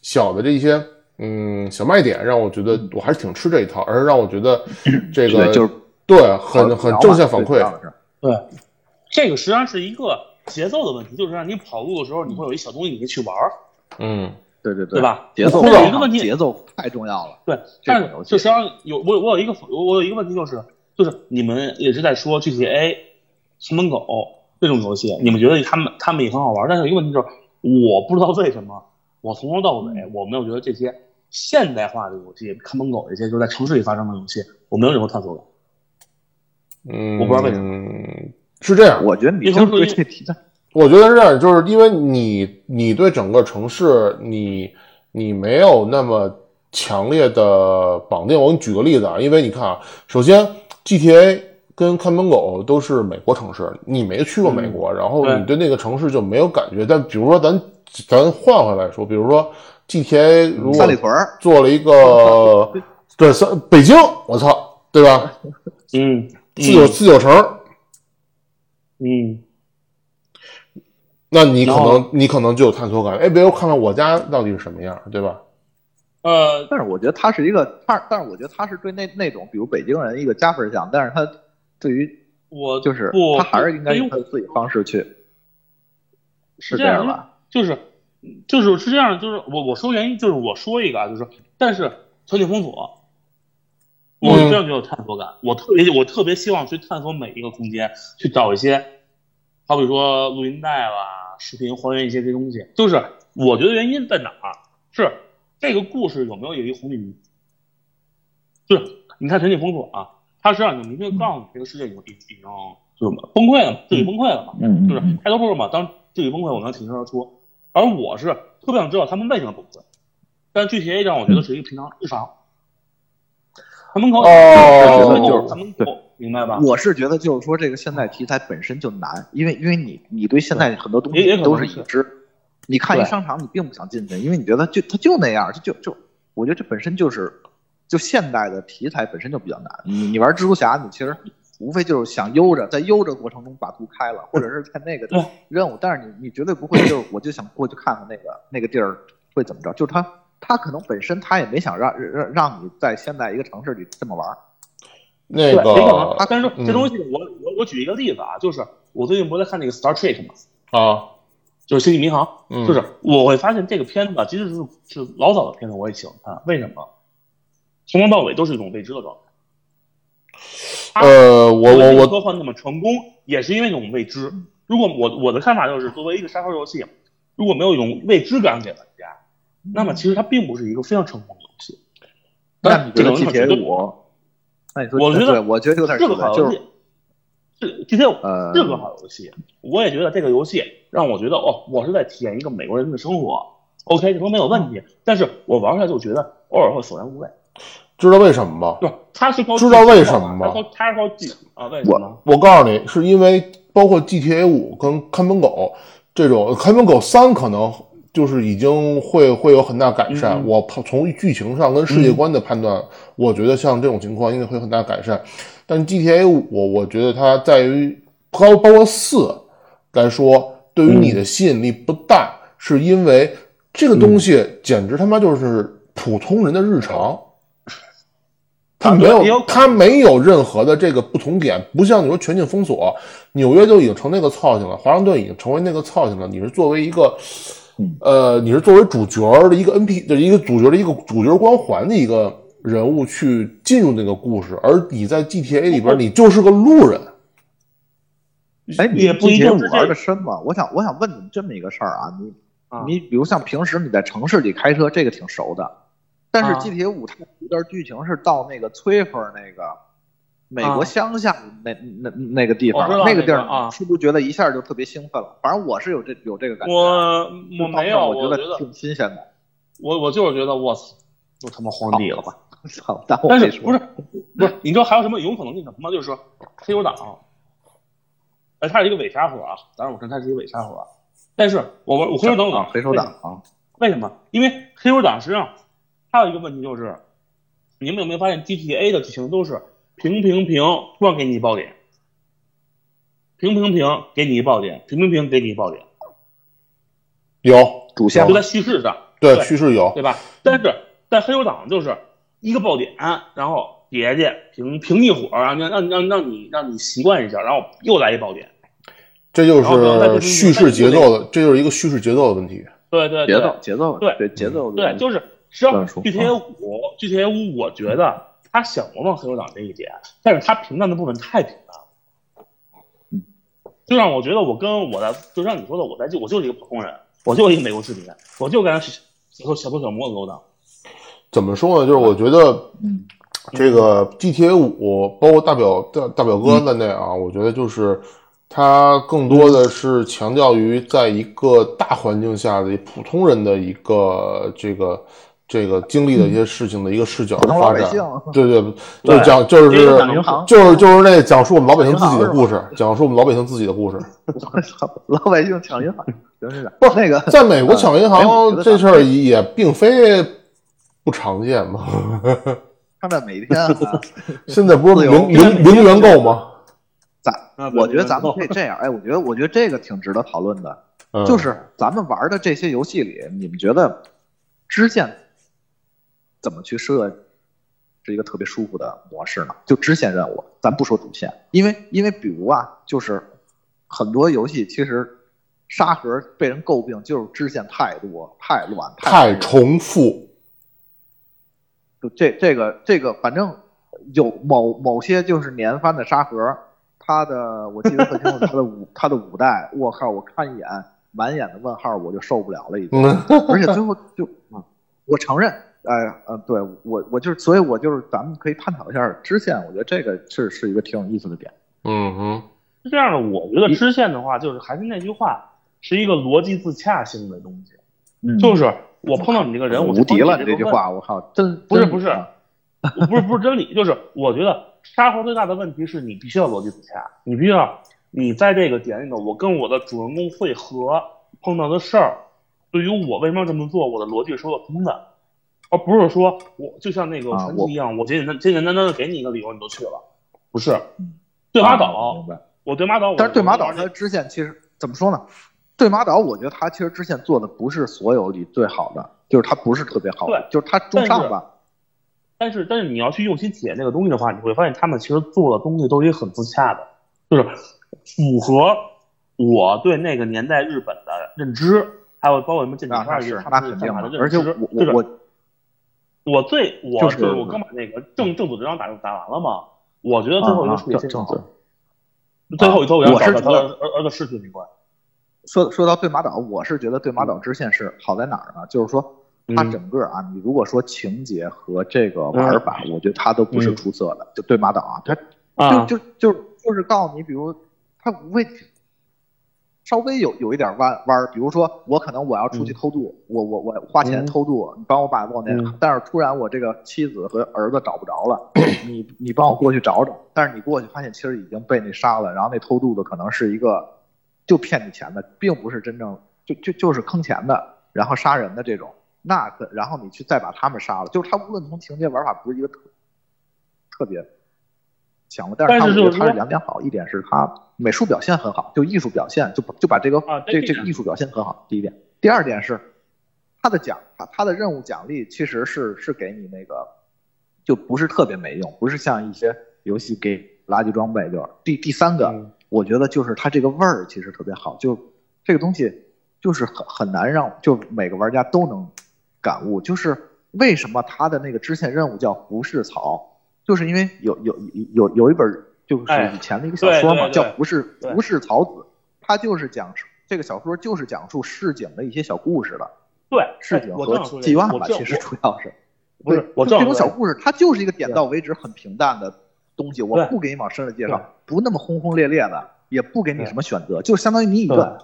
小的这一些嗯小卖点，让我觉得我还是挺吃这一套，而是让我觉得这个
对嗯就是
对很很正向
最
反
主
馈
要，的是
这个实际上是一个节奏的问题，就是让你跑路的时候，你会有一小东西你可以去玩儿。
嗯
对对对
对吧
节奏
我有一
非常
个问题
节奏太重要了。
对，
这
但
种
是
游戏
就实际上有我有我有一个我我有一个问题就是就是你们也是在说 GTA、看门狗这种游戏，你们觉得他们他们也很好玩，但是有一个问题就是我不知道为什么我从头到尾
嗯
我没有觉得这些现代化的游戏，看门狗这些就是在城市里发生的游戏，我没有任何探索感。
嗯，
我不知道为什
是这样，
我觉得你
你
就是
说
对
一
这题材
我觉得是这样，就是因为你你对整个城市你你没有那么强烈的绑定。我给你举个例子啊，因为你看啊，首先 GTA 跟看门狗都是美国城市，你没去过美国，然后你对那个城市就没有感觉。但比如说咱咱换回来说，比如说 GTA 如果
三里屯儿，
做了一个对三北京，我操，对吧？
嗯
四九四九城，
嗯，
那你可
然后
能你可能就有探索感，哎，别我看看我家到底是什么样，对吧？
呃，
但是我觉得他是一个，他但是我觉得他是对那那种比如北京人一个加分项，但是他对于
我
就是
不
他还是应该
因
用
为
他自己方式去，是
是
这
这
样
样
吧？
就是就是是这样，就是我我说原因就是我说一个啊，就是但是全景封锁，我
嗯
非常觉得有探索感，我特别我特别希望去探索每一个空间，去找一些，好比说录音带啦、视频还原一些这些东西。就是我觉得原因在哪儿？是这个故事有没有有一红鲤鱼？就是你看全景封锁啊，它实际上就明确告诉你这个世界已经已经就是崩溃了嘛，自己崩溃了嘛。
嗯
就是开头部分嘛，当这个崩溃我能挺身而出，而我是特别想知道他们为什么崩溃，但具体 A 让我觉得是一个平常日常。他门口，
哦
我觉得就是他门口，明白吧？
我是觉得就是说，这个现代题材本身就难，因为因为你你对现在很多东
也也可
西
能
都
是
已知，你看一
对
商场，你并不想进去，因为你觉得就它就那样，就就就，我觉得这本身就是，就现代的题材本身就比较难。你你玩蜘蛛侠，你其实无非就是想悠着，在悠着过程中把图开了，或者是在那个
对
任务，但是你你绝对不会就是我就想过去看看那个那个地儿会怎么着，就是他他可能本身他也没想让让让你在现在一个城市里这么玩儿，
那
对，也可能
个。
啊但是
嗯
这东西我，我我举一个例子啊，就是我最近不是在看那个《Star Trek》嘛，
啊，
就是《星际迷航》，
嗯，
就是我会发现这个片子，即使是是老早的片子，我也喜欢看。为什么？从头到尾都是一种未知的状态。
呃，我我我
科幻那么成功，也是因为一种未知。
嗯
如果我我的看法就是，作为一个沙盒游戏，如果没有一种未知感给玩家，那
嗯
么其实它并不是一个非常成功的游戏。
那你
这
觉得
个游戏绝
GTA
对
五？那你说，
我觉得
对我觉得有点
这
奇
个
怪，
好
就
游
是
戏，这这些
呃，
这个好游戏，我也觉得这个游戏让我觉得哦，我是在体验一个美国人的生活。OK，这都没有问题，但是我玩出来就觉得偶尔会索然无味。
知道为什么吗？
就是它是靠
知道为什么吗
它靠它是靠技啊？为什么呢？
我告诉你，是因为包括 GTA 五跟看门狗这种，看门狗三可能就是已经会会有很大改善。
嗯
我从剧情上跟世界观的判断，我觉得像这种情况应该会有很大改善。但 GTA 五，我我觉得它在于包包括四来说，对于你的吸引力不大，是因为这个东西简直他妈就是普通人的日常。它
啊
没
对也有
有，
可能
它没有任何的这个不同点，不像你说全境封锁，纽约就已经成那个操性了，华盛顿已经成为那个操性了。你是作为一个，呃，你是作为主角儿的一个 NP，就是一个主角的一个主角光环的一个人物去进入那个故事，而你在 GTA
哦
里边，你就是个路人。
哎，你
也不一定
GTA
是
五玩
这
的深吗？我想，我想问你们这么一个事儿啊，你
啊
你比如像平时你在城市里开车，这个挺熟的，但是
啊
GTA 五它有段剧情是到那个崔弗儿那个美国
啊
乡下那那那个地
我
方，
知道
个地
那个啊
儿，是不是觉得一下就特别兴奋了？反正我是有这有这个感觉，
我
就当
我没
时
有，
我觉
我觉得
挺新鲜的。
我我就是觉得我操，都他妈荒地了吧？
操，但我
但
没
是
说
不是不是？你知道还有什么有可能性什么？就是说黑手党，哎，它是一个伪沙盒啊。当然，我承认它是一个伪沙盒啊，但是我玩我黑手党
啊，黑手党啊，
为什么？因为黑手党实际上还有一个问题就是，你们有没有发现 GTA 的剧情都是平平平，突然给你一爆点，平平平给你一爆点，平平平给你一爆点，
有，
主线
就在叙事上，
对，
对
叙事有，
对吧？但是在黑手党就是一个爆点，然后叠叠平平一会儿，让让让让你让你习惯一下，然后又来一爆点，
这就
然后然后再就是是
叙事节奏的，这就是一个叙事节奏的问题。
对对对，
节奏节奏
对嗯
对节奏
对，就是啊实际上
嗯乱说
GTA 五 GTA 五，我觉得他想模仿黑手党这一点，但是他平淡的部分太平淡了，
嗯
就让我觉得我跟我的，就像你说的，我在就我就是一个普通人，我就是一个美国市民，我就跟他小偷小偷小摸勾当，
怎么说呢？就是我觉得
嗯
这个 GTA 五，包括大表大大表
嗯
哥在内啊，我觉得就是它更多
嗯
的是强调于在一个大环境下的普通人的一个这个这个经历的
嗯
一些事情的一个视角
普通老
发
百
展
姓。
对对，就是
对
讲就是
也有讲银行
就是就是那讲述我们老百姓自己的故事，
嗯
讲述我们老百姓自己的故事。
我操，老百姓 抢银行，行行行，
不是
那个
在美国抢银
哎我觉
行
得
这事儿也并非不常见嘛，
他们每 天啊，
现在不
自
是
由
零零零元购吗？
咱
那
我觉得咱们可
这
以这样，哎，我觉得我觉得这个挺值得讨论的，
嗯
就是咱们玩的这些游戏里，你们觉得支线怎么去设是一个特别舒服的模式呢？就支线任务，咱不说主线，因为因为比如啊，就是很多游戏其实沙盒被人诟病就是支线太多、太乱、
太重复。
就这这个这个，反正有某某些就是年番的沙盒，它的我记得特清楚，它的五它的五代，我靠，我看一眼满眼的问号，我就受不了了已经。
嗯，
而且最后就啊，我承认，哎呃，对我我就是，所以我就是，咱们可以探讨一下支线，我觉得这个是是一个挺有意思的点。
嗯哼，
是这样的，我觉得支线的话，就是还是那句话，是一个逻辑自洽性的东西，
嗯
就是我碰到你这个人，我
无敌了，
你
你这句
话。
话，我靠，真
不是
真
不是
啊
不是不是真理，就是我觉得沙盒最大的问题是你必须要逻辑自洽，你必须要你在这个点里头，我跟我的主人公会合碰到的事儿，对于我为什么要这么做，我的逻辑是说得通的，而不是说我就像那个
啊
传
我
奇一样，我简简单简简单单的给你一个理由，你就去了，不是
嗯？
对马
啊
岛
明，白。
我对马岛，我
但是对马岛
我
它的支线其实怎么说呢？对马岛，我觉得它其实支线做的不是所有里最好的，就是它不是特别好的，
对
就是它中
但是
上吧。
但是但是你要去用心体验这个东西的话，你会发现他们其实做的东西都是很自洽的，就是符合我对那个年代日本的认知，还有包括什么剑
那
桥
啊那
二
是
十
那
他们
肯
对
定
战法的
的，
认
而且
知，
我
就
我
是
我
我最我
就是
我刚把那个正正组这张打打完了嘛，我觉得最后一
啊
个
啊
处理
正
非
正
常
子
好，最后一头我要
啊我
找
是
到
觉
他
得
的儿儿子尸体那关，
说说到对马岛，我是觉得对马岛支线是好在哪儿呢？就是说它
嗯
整个啊，你如果说情节和这个玩法，
嗯
我觉得它都不是出色的。就对马岛啊，它
啊
就就就就是告诉你，比如他无非稍微有有一点弯弯儿，比如说我可能我要出去偷渡，我我我花钱
嗯
偷渡，你帮我把往那，
嗯
但是突然我这个妻子和儿子找不着 了，你你帮我过去找找，但是你过去发现其实已经被那杀了，然后那偷渡的可能是一个就骗你钱的，并不是真正就就就是坑钱的，然后杀人的这种。那可，然后你去再把他们杀了，就是他无论从情节玩法不是一个特特别强的，但是
但
他
是
我觉
就
得
是
他是
说
两点好，一点是他美术表现很好，就艺术表现，就把就把这个、
啊
这
对
这
这
个
个
艺术表现很好，第一点。第二点是他的奖，他他的任务奖励其实是是给你那个，就不是特别没用，不是像一些游戏给垃圾装备，就是第第三个，
嗯
我觉得就是它这个味儿其实特别好，就这个东西就是很很难让就每个玩家都能感悟，就是为什么它的那个支线任务叫不是草，就是因为有有有有有一本就是
哎
以前的一个小说嘛，
对对对
叫不是
对
不是草子，它就是讲述这个小说就是讲述市井的一些小故事的，
对，
市
哎
井
我正
和
想说
妓
这个
院
我
吧，
正
其实
我
主要是
不是
对
我
就
正
这
好
种小
说
故事，它就是一个点
对
到为止很平淡的东西，我
对
不给你往深了介绍
对，
不那么轰轰烈烈的，也不给你
对
什么选择，就相当于你以一个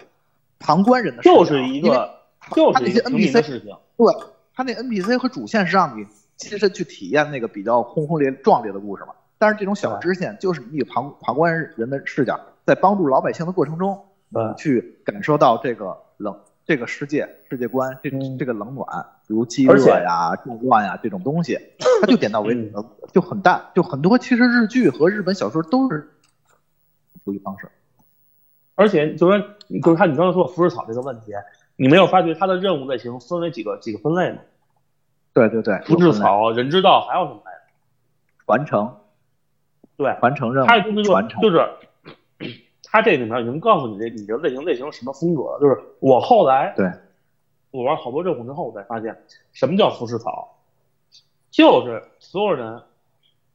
旁观人的视角，
就是一
因为
个就
他
是
那
一
些
个平民
NPC
的事情，
对他那 NPC 和主线是让你亲身去体验那个比较轰轰烈壮烈的故事嘛，但是这种小支线就是你以旁旁观人的视角，在帮助老百姓的过程中，
对
你去感受到这个冷这个世界世界观这、
嗯
这个冷暖，比如饥
而且嗯
饿呀、战乱呀这种东西，它就点到为止，就很淡，就很多其实日剧和日本小说都是处理方式。
而且就是说，你就是看你刚才说福士草这个问题，你没有发觉它的任务类型分为几个几个分类吗？
对对对，
福
有分
士
类
草、人之道还有什么来
嗯传
着？
承
对，
传承任务
它这东西
传承
就就是它这里面已经告诉你这你这类型类型是什么风格了。就是我后来
对，
我玩好多任务之后，我才发现什么叫福士草，就是所有人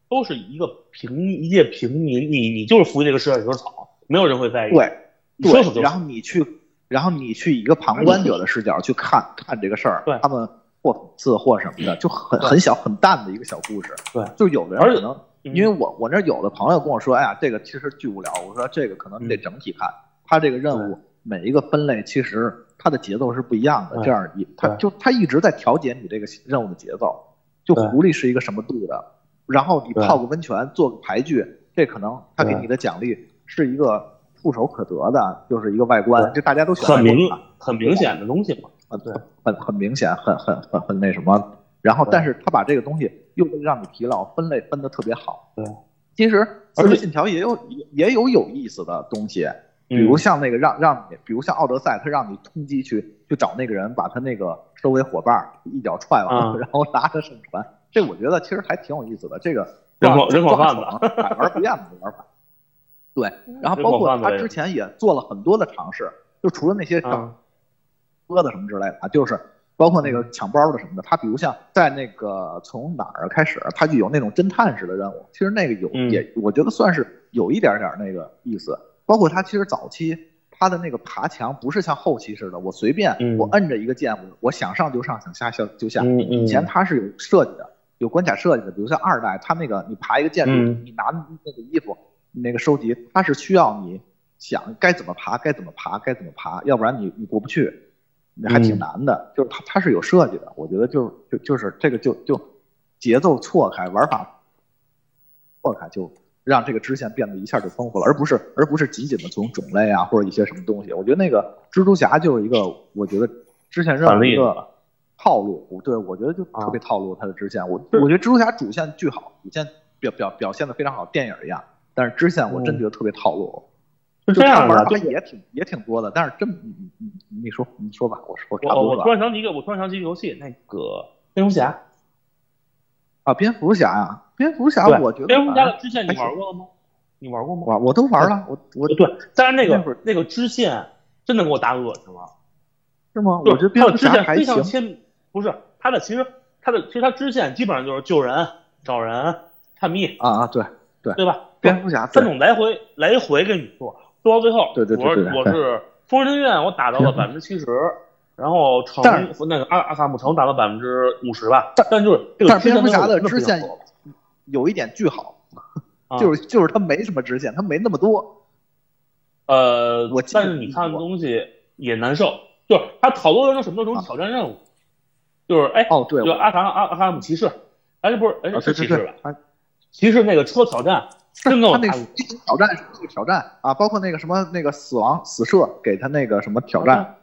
都是一个平一介平民，你你就是服役这个社会就是草，没有人会在意。
对。
你说什么
对，
都
然后你去，然后你去以一个旁观者的视角去看看这个事儿
对，
他们或讽刺或什么的，就很很小很淡的一个小故事。
对
就有的
而
人可
且
能，
嗯
因为我我那儿有的朋友跟我说，哎呀，这个其实巨无聊。我说这个可能你得
嗯
整体看，他这个任务每一个分类其实它的节奏是不一样的，
对
这样一他
对
就他一直在调节你这个任务的节奏。就
对
狐狸是一个什么度的，然后你
对
泡个温泉，做个牌局，这可能他给
对
你的奖励是一个触手可得的，就是一个外观，就大家都喜欢啊
很
外观
明
嘛
很明显的东西嘛。
很
对
很很明显，很很很很那什么。然后，
对
但是他把这个东西又让你疲劳，分类分的特别好。
对，
其实《刺
而
客
且
信条》也有也也有有意思的东西，比
嗯
如像那个让让你，比如像《奥德赛》，他让你通缉去去找那个人，把他那个周围伙伴一脚踹完，
嗯
然后拉他上船。这我觉得其实还挺有意思的，这个
人口人口贩子
抓手百玩不厌的玩法。对，然后
人
包
口
括
贩子
他
类
之
的
前也做了很多的尝试，就除了那些像
啊
喝的什么之类的啊，就是包括那个抢包的什么的，它比如像在那个从哪儿开始，它就有那种侦探式的任务，其实那个有、
嗯
也我觉得算是有一点点那个意思。包括它其实早期它的那个爬墙不是像后期似的，我随便、
嗯
我摁着一个键，我我想上就上，想下下就下。
嗯嗯
以前它是有设计的，有关卡设计的，比如像二代，它那个你爬一个建筑，
嗯
你拿那个衣服，你那个收集，它是需要你想该怎么爬，该怎么爬，该怎么爬，要不然你你过不去，还
嗯
挺难的。就是它它是有设计的，我觉得就就就是这个就就节奏错开，玩法破开，就让这个支线变得一下就丰富了，而不是而不是仅仅的从种类啊或者一些什么东西。我觉得那个蜘蛛侠就是一个，我觉得支线任
反
务
例啊
一个套路，我对我觉得就特别套路它的支线。我我觉得蜘蛛侠主线巨好，主线表表表现的非常好，电影一样。但是支线我真觉得特别套路，
嗯是
就
这样
玩
的
儿，
就
它也挺也挺多的，但是真你你你你你说你说吧，我说我差
我
不多
我
了
突。然想起一个，我突然想起一个游戏，那个蝙蝠侠。
啊，蝙蝠侠呀，蝙蝠侠，
对
我觉得
蝙蝠
反
侠的
正
支线你玩过了吗？你玩过吗？
啊我我都玩了，我我
对，但是那
那会
个
儿
那个支线真的给我打恶心了。
是吗？我觉得
对
蝙蝠侠
它的支线
还
非
行，
常亲，不是他的，其实他的其实他支线基本上就是救人、找人、探秘，
啊啊，对，
对吧？
蝙蝠侠对
三种来回来回给你做，做到最后，
对对对
我是
对对嗯
我是疯人院，我打到了百分之七十，然后城
但
那个阿阿卡姆城打到百分之五十吧，但但就是这个
但是蝙蝠侠的
支
支线
没有我真的不想说了
有一点巨好
啊，
就是就是他没什么支线，他没那么多，
呃，
我记得
但是你看的东西也难受，就是他好多人都什么都种挑战任务，就是哎，
啊哦对
就
我
阿卡阿阿卡姆骑士，哎不是哎
啊对
是骑
对
士
对
吧？，
啊
骑士那个车挑战真给我
他
打
那个
死
飞行挑战是个挑战啊，包括那个什么那个死亡死射给他那个什么挑
啊
战，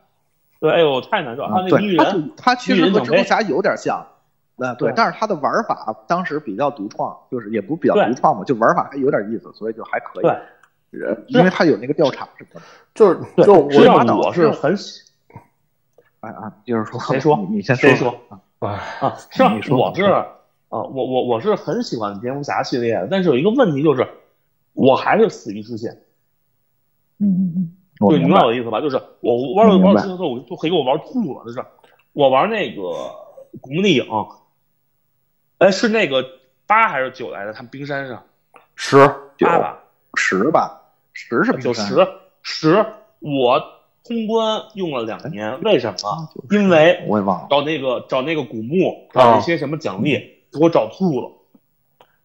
对，哎呦太难受了，
啊
他，那个
对，
鱼
他就
人
他其
女
实
人
和
总
蜘
被
蛛侠有点像。呃，对
对，
但是他的玩法当时比较独创，就是也不是比较
对
独创嘛，就玩法还有点意思，所以就还可以。
对
呃，因为他有那个调查什么的。
就是
对，
就
实际
我
上我是很喜
哎啊，就是说，
谁说
你你先
谁
说
说
吧。
哎
啊，是吧
你说
我是啊，我我我是很喜欢蝙蝠侠系列的，但是有一个问题就是，我还是死于支线。
嗯嗯嗯，我
对，
明
明
白
白。我的意思吧？就是我玩
我
玩
明白
玩之后，我就可以给我玩吐了，就是我玩那个《古墓丽影》，哎，是那个八还是九来着？他们冰山上
十
八吧，
十吧，十是
九
平山
十十，我通关用了两年，为什么？
啊，九十啊
因为
我也忘了。
找那个找那个古墓，找那些什么奖励，给我找吐了。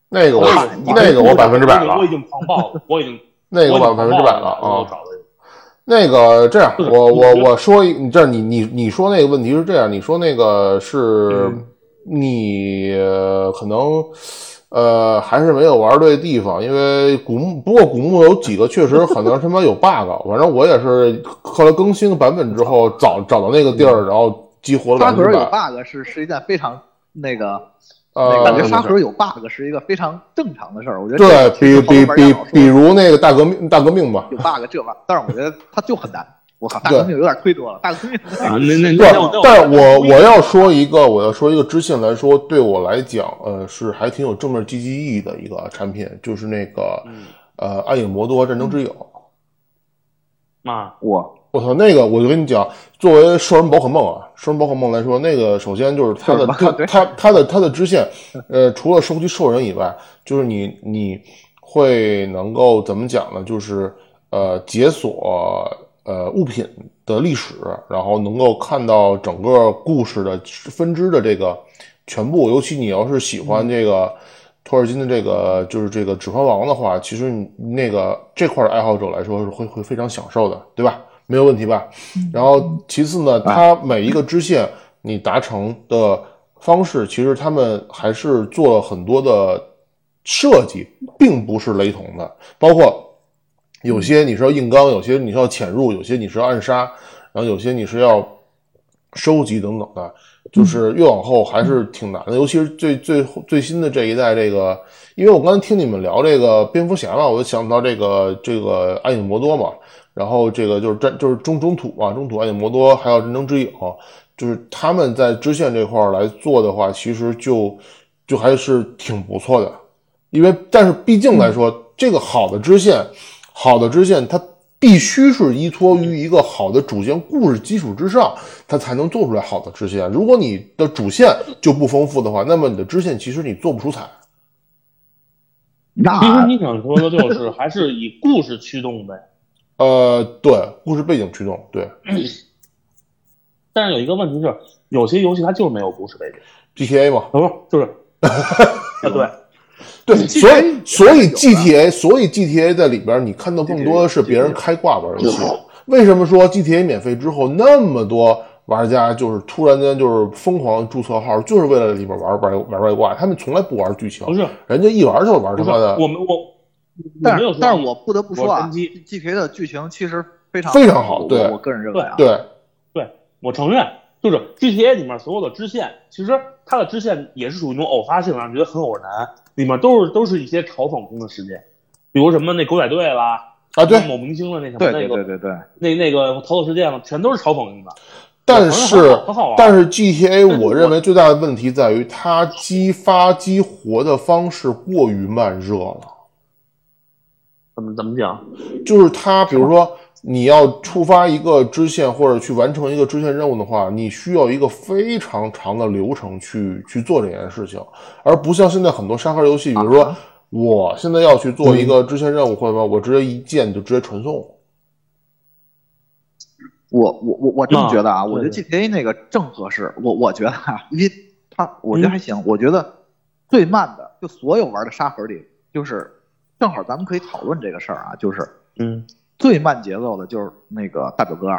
那个我
哎呦
那个我百分之百了
我已，经狂暴了，我已经
那个
我已
我
经
百
狂
分之
暴
百了
然后我
啊。
找了一个
那个这样，
是
我
你
我
觉得
我说一，你这样你你你说那个问题是这样，你说那个是
嗯
你呃可能呃还是没有玩对地方，因为古墓不过古墓有几个确实可能他妈 有 bug，反正我也是后来更新版本之后找找到那个地儿，然后激活了
沙
百
嗯
分
盒
之
有
百。
bug 是是一件非常那个，那
呃
嗯
个，沙盒有 bug 是一个非常正常的事儿。我觉得
对
这
比
个其
比
实好多玩家
比
老说
比如那个大革命大革命吧，
有 bug 这 bug，但是我觉得它就很难。我靠，大革命有点忒多了，大革命
啊，那那
对
那我那，我
但我我要说一个，我要说一个支线来说，对我来讲，呃，是还挺有正面积极意义的一个产品，就是那个、
嗯
呃《暗影魔多：战争之友》
啊，
我
我操，那个我就跟你讲，作为兽人宝可梦啊，兽人宝可梦来说，那个首先就是它的
兽人宝
它
对
它它的它的支线，呃，除了收集兽人以外，就是你你会能够怎么讲呢？就是呃解锁呃物品的历史，然后能够看到整个故事的分支的这个全部。尤其你要是喜欢这个。托尔金的这个就是这个《指环王》的话，其实你那个这块的爱好者来说是会会非常享受的，对吧？没有问题吧？然后其次呢，它每一个支线你达成的方式，其实他们还是做了很多的设计，并不是雷同的，包括有些你是要硬刚，有些你是要潜入，有些你是要暗杀，然后有些你是要收集等等的，就是越往后还是挺难的，尤其是最最最新的这一代这个，因为我刚才听你们聊这个蝙蝠侠嘛，我就想到这个这个暗影魔多嘛，然后这个就是战就是中中土嘛，中土暗影魔多还有战争之影，就是他们在支线这块儿来做的话，其实就就还是挺不错的，因为但是毕竟来说，这个好的支线，好的支线它必须是依托于一个好的主线故事基础之上，它才能做出来好的支线。如果你的主线就不丰富的话，那么你的支线其实你做不出彩。
其实
那
你想说的就是还是以故事驱动呗。
呃，对，故事背景驱动，对
但是有一个问题是，有些游戏它就是没有故事背景，
GTA 嘛，
不是就是，啊对，
对，
你
所以
GTA
所
有的
以 GTA 所以 GTA 在里边，你看到更多的是别人开挂玩游戏。为什么说 GTA 免费之后那么多玩家就是突然间就是疯狂注册号，就是为了里边玩玩玩外挂，他们从来不玩剧情
不，是
人家一玩就是玩他
不是，
妈的
我们我我
但
没有
是
说，
但是我不得不说
我
啊
分析
，G T A 的剧情其实非常
非常好对
我我个人认为啊，
对
我承认，就是 GTA 里面所有的支线，其实它的支线也是属于那种偶发性，让人觉得很偶然，里面都是都是一些嘲讽性的事件，比如什么那狗仔队啦，
啊对，
某明星的那什么
对
那
对对
个
对对，
那那个逃走事件了，全都是嘲讽性的。
但是
很好玩
但是 GTA
是
我
我
认为最大的问题在于它激发激活的方式过于慢热了。
怎么怎么讲？
就是它，比如说你要触发一个支线或者去完成一个支线任务的话，你需要一个非常长的流程去去做这件事情，而不像现在很多沙盒游戏，比如说我现在要去做一个支线任务或者什么，我直接一键就直接传送。
我我我我这么
那
觉得啊，我觉得
对
GTA 那个正合适。我我觉得啊，因为它我
嗯
觉得还行。我觉得最慢的，就所有玩的沙盒里，就是正好咱们可以讨论这个事儿啊，就是
嗯，
最慢节奏的，就是那个大表哥二，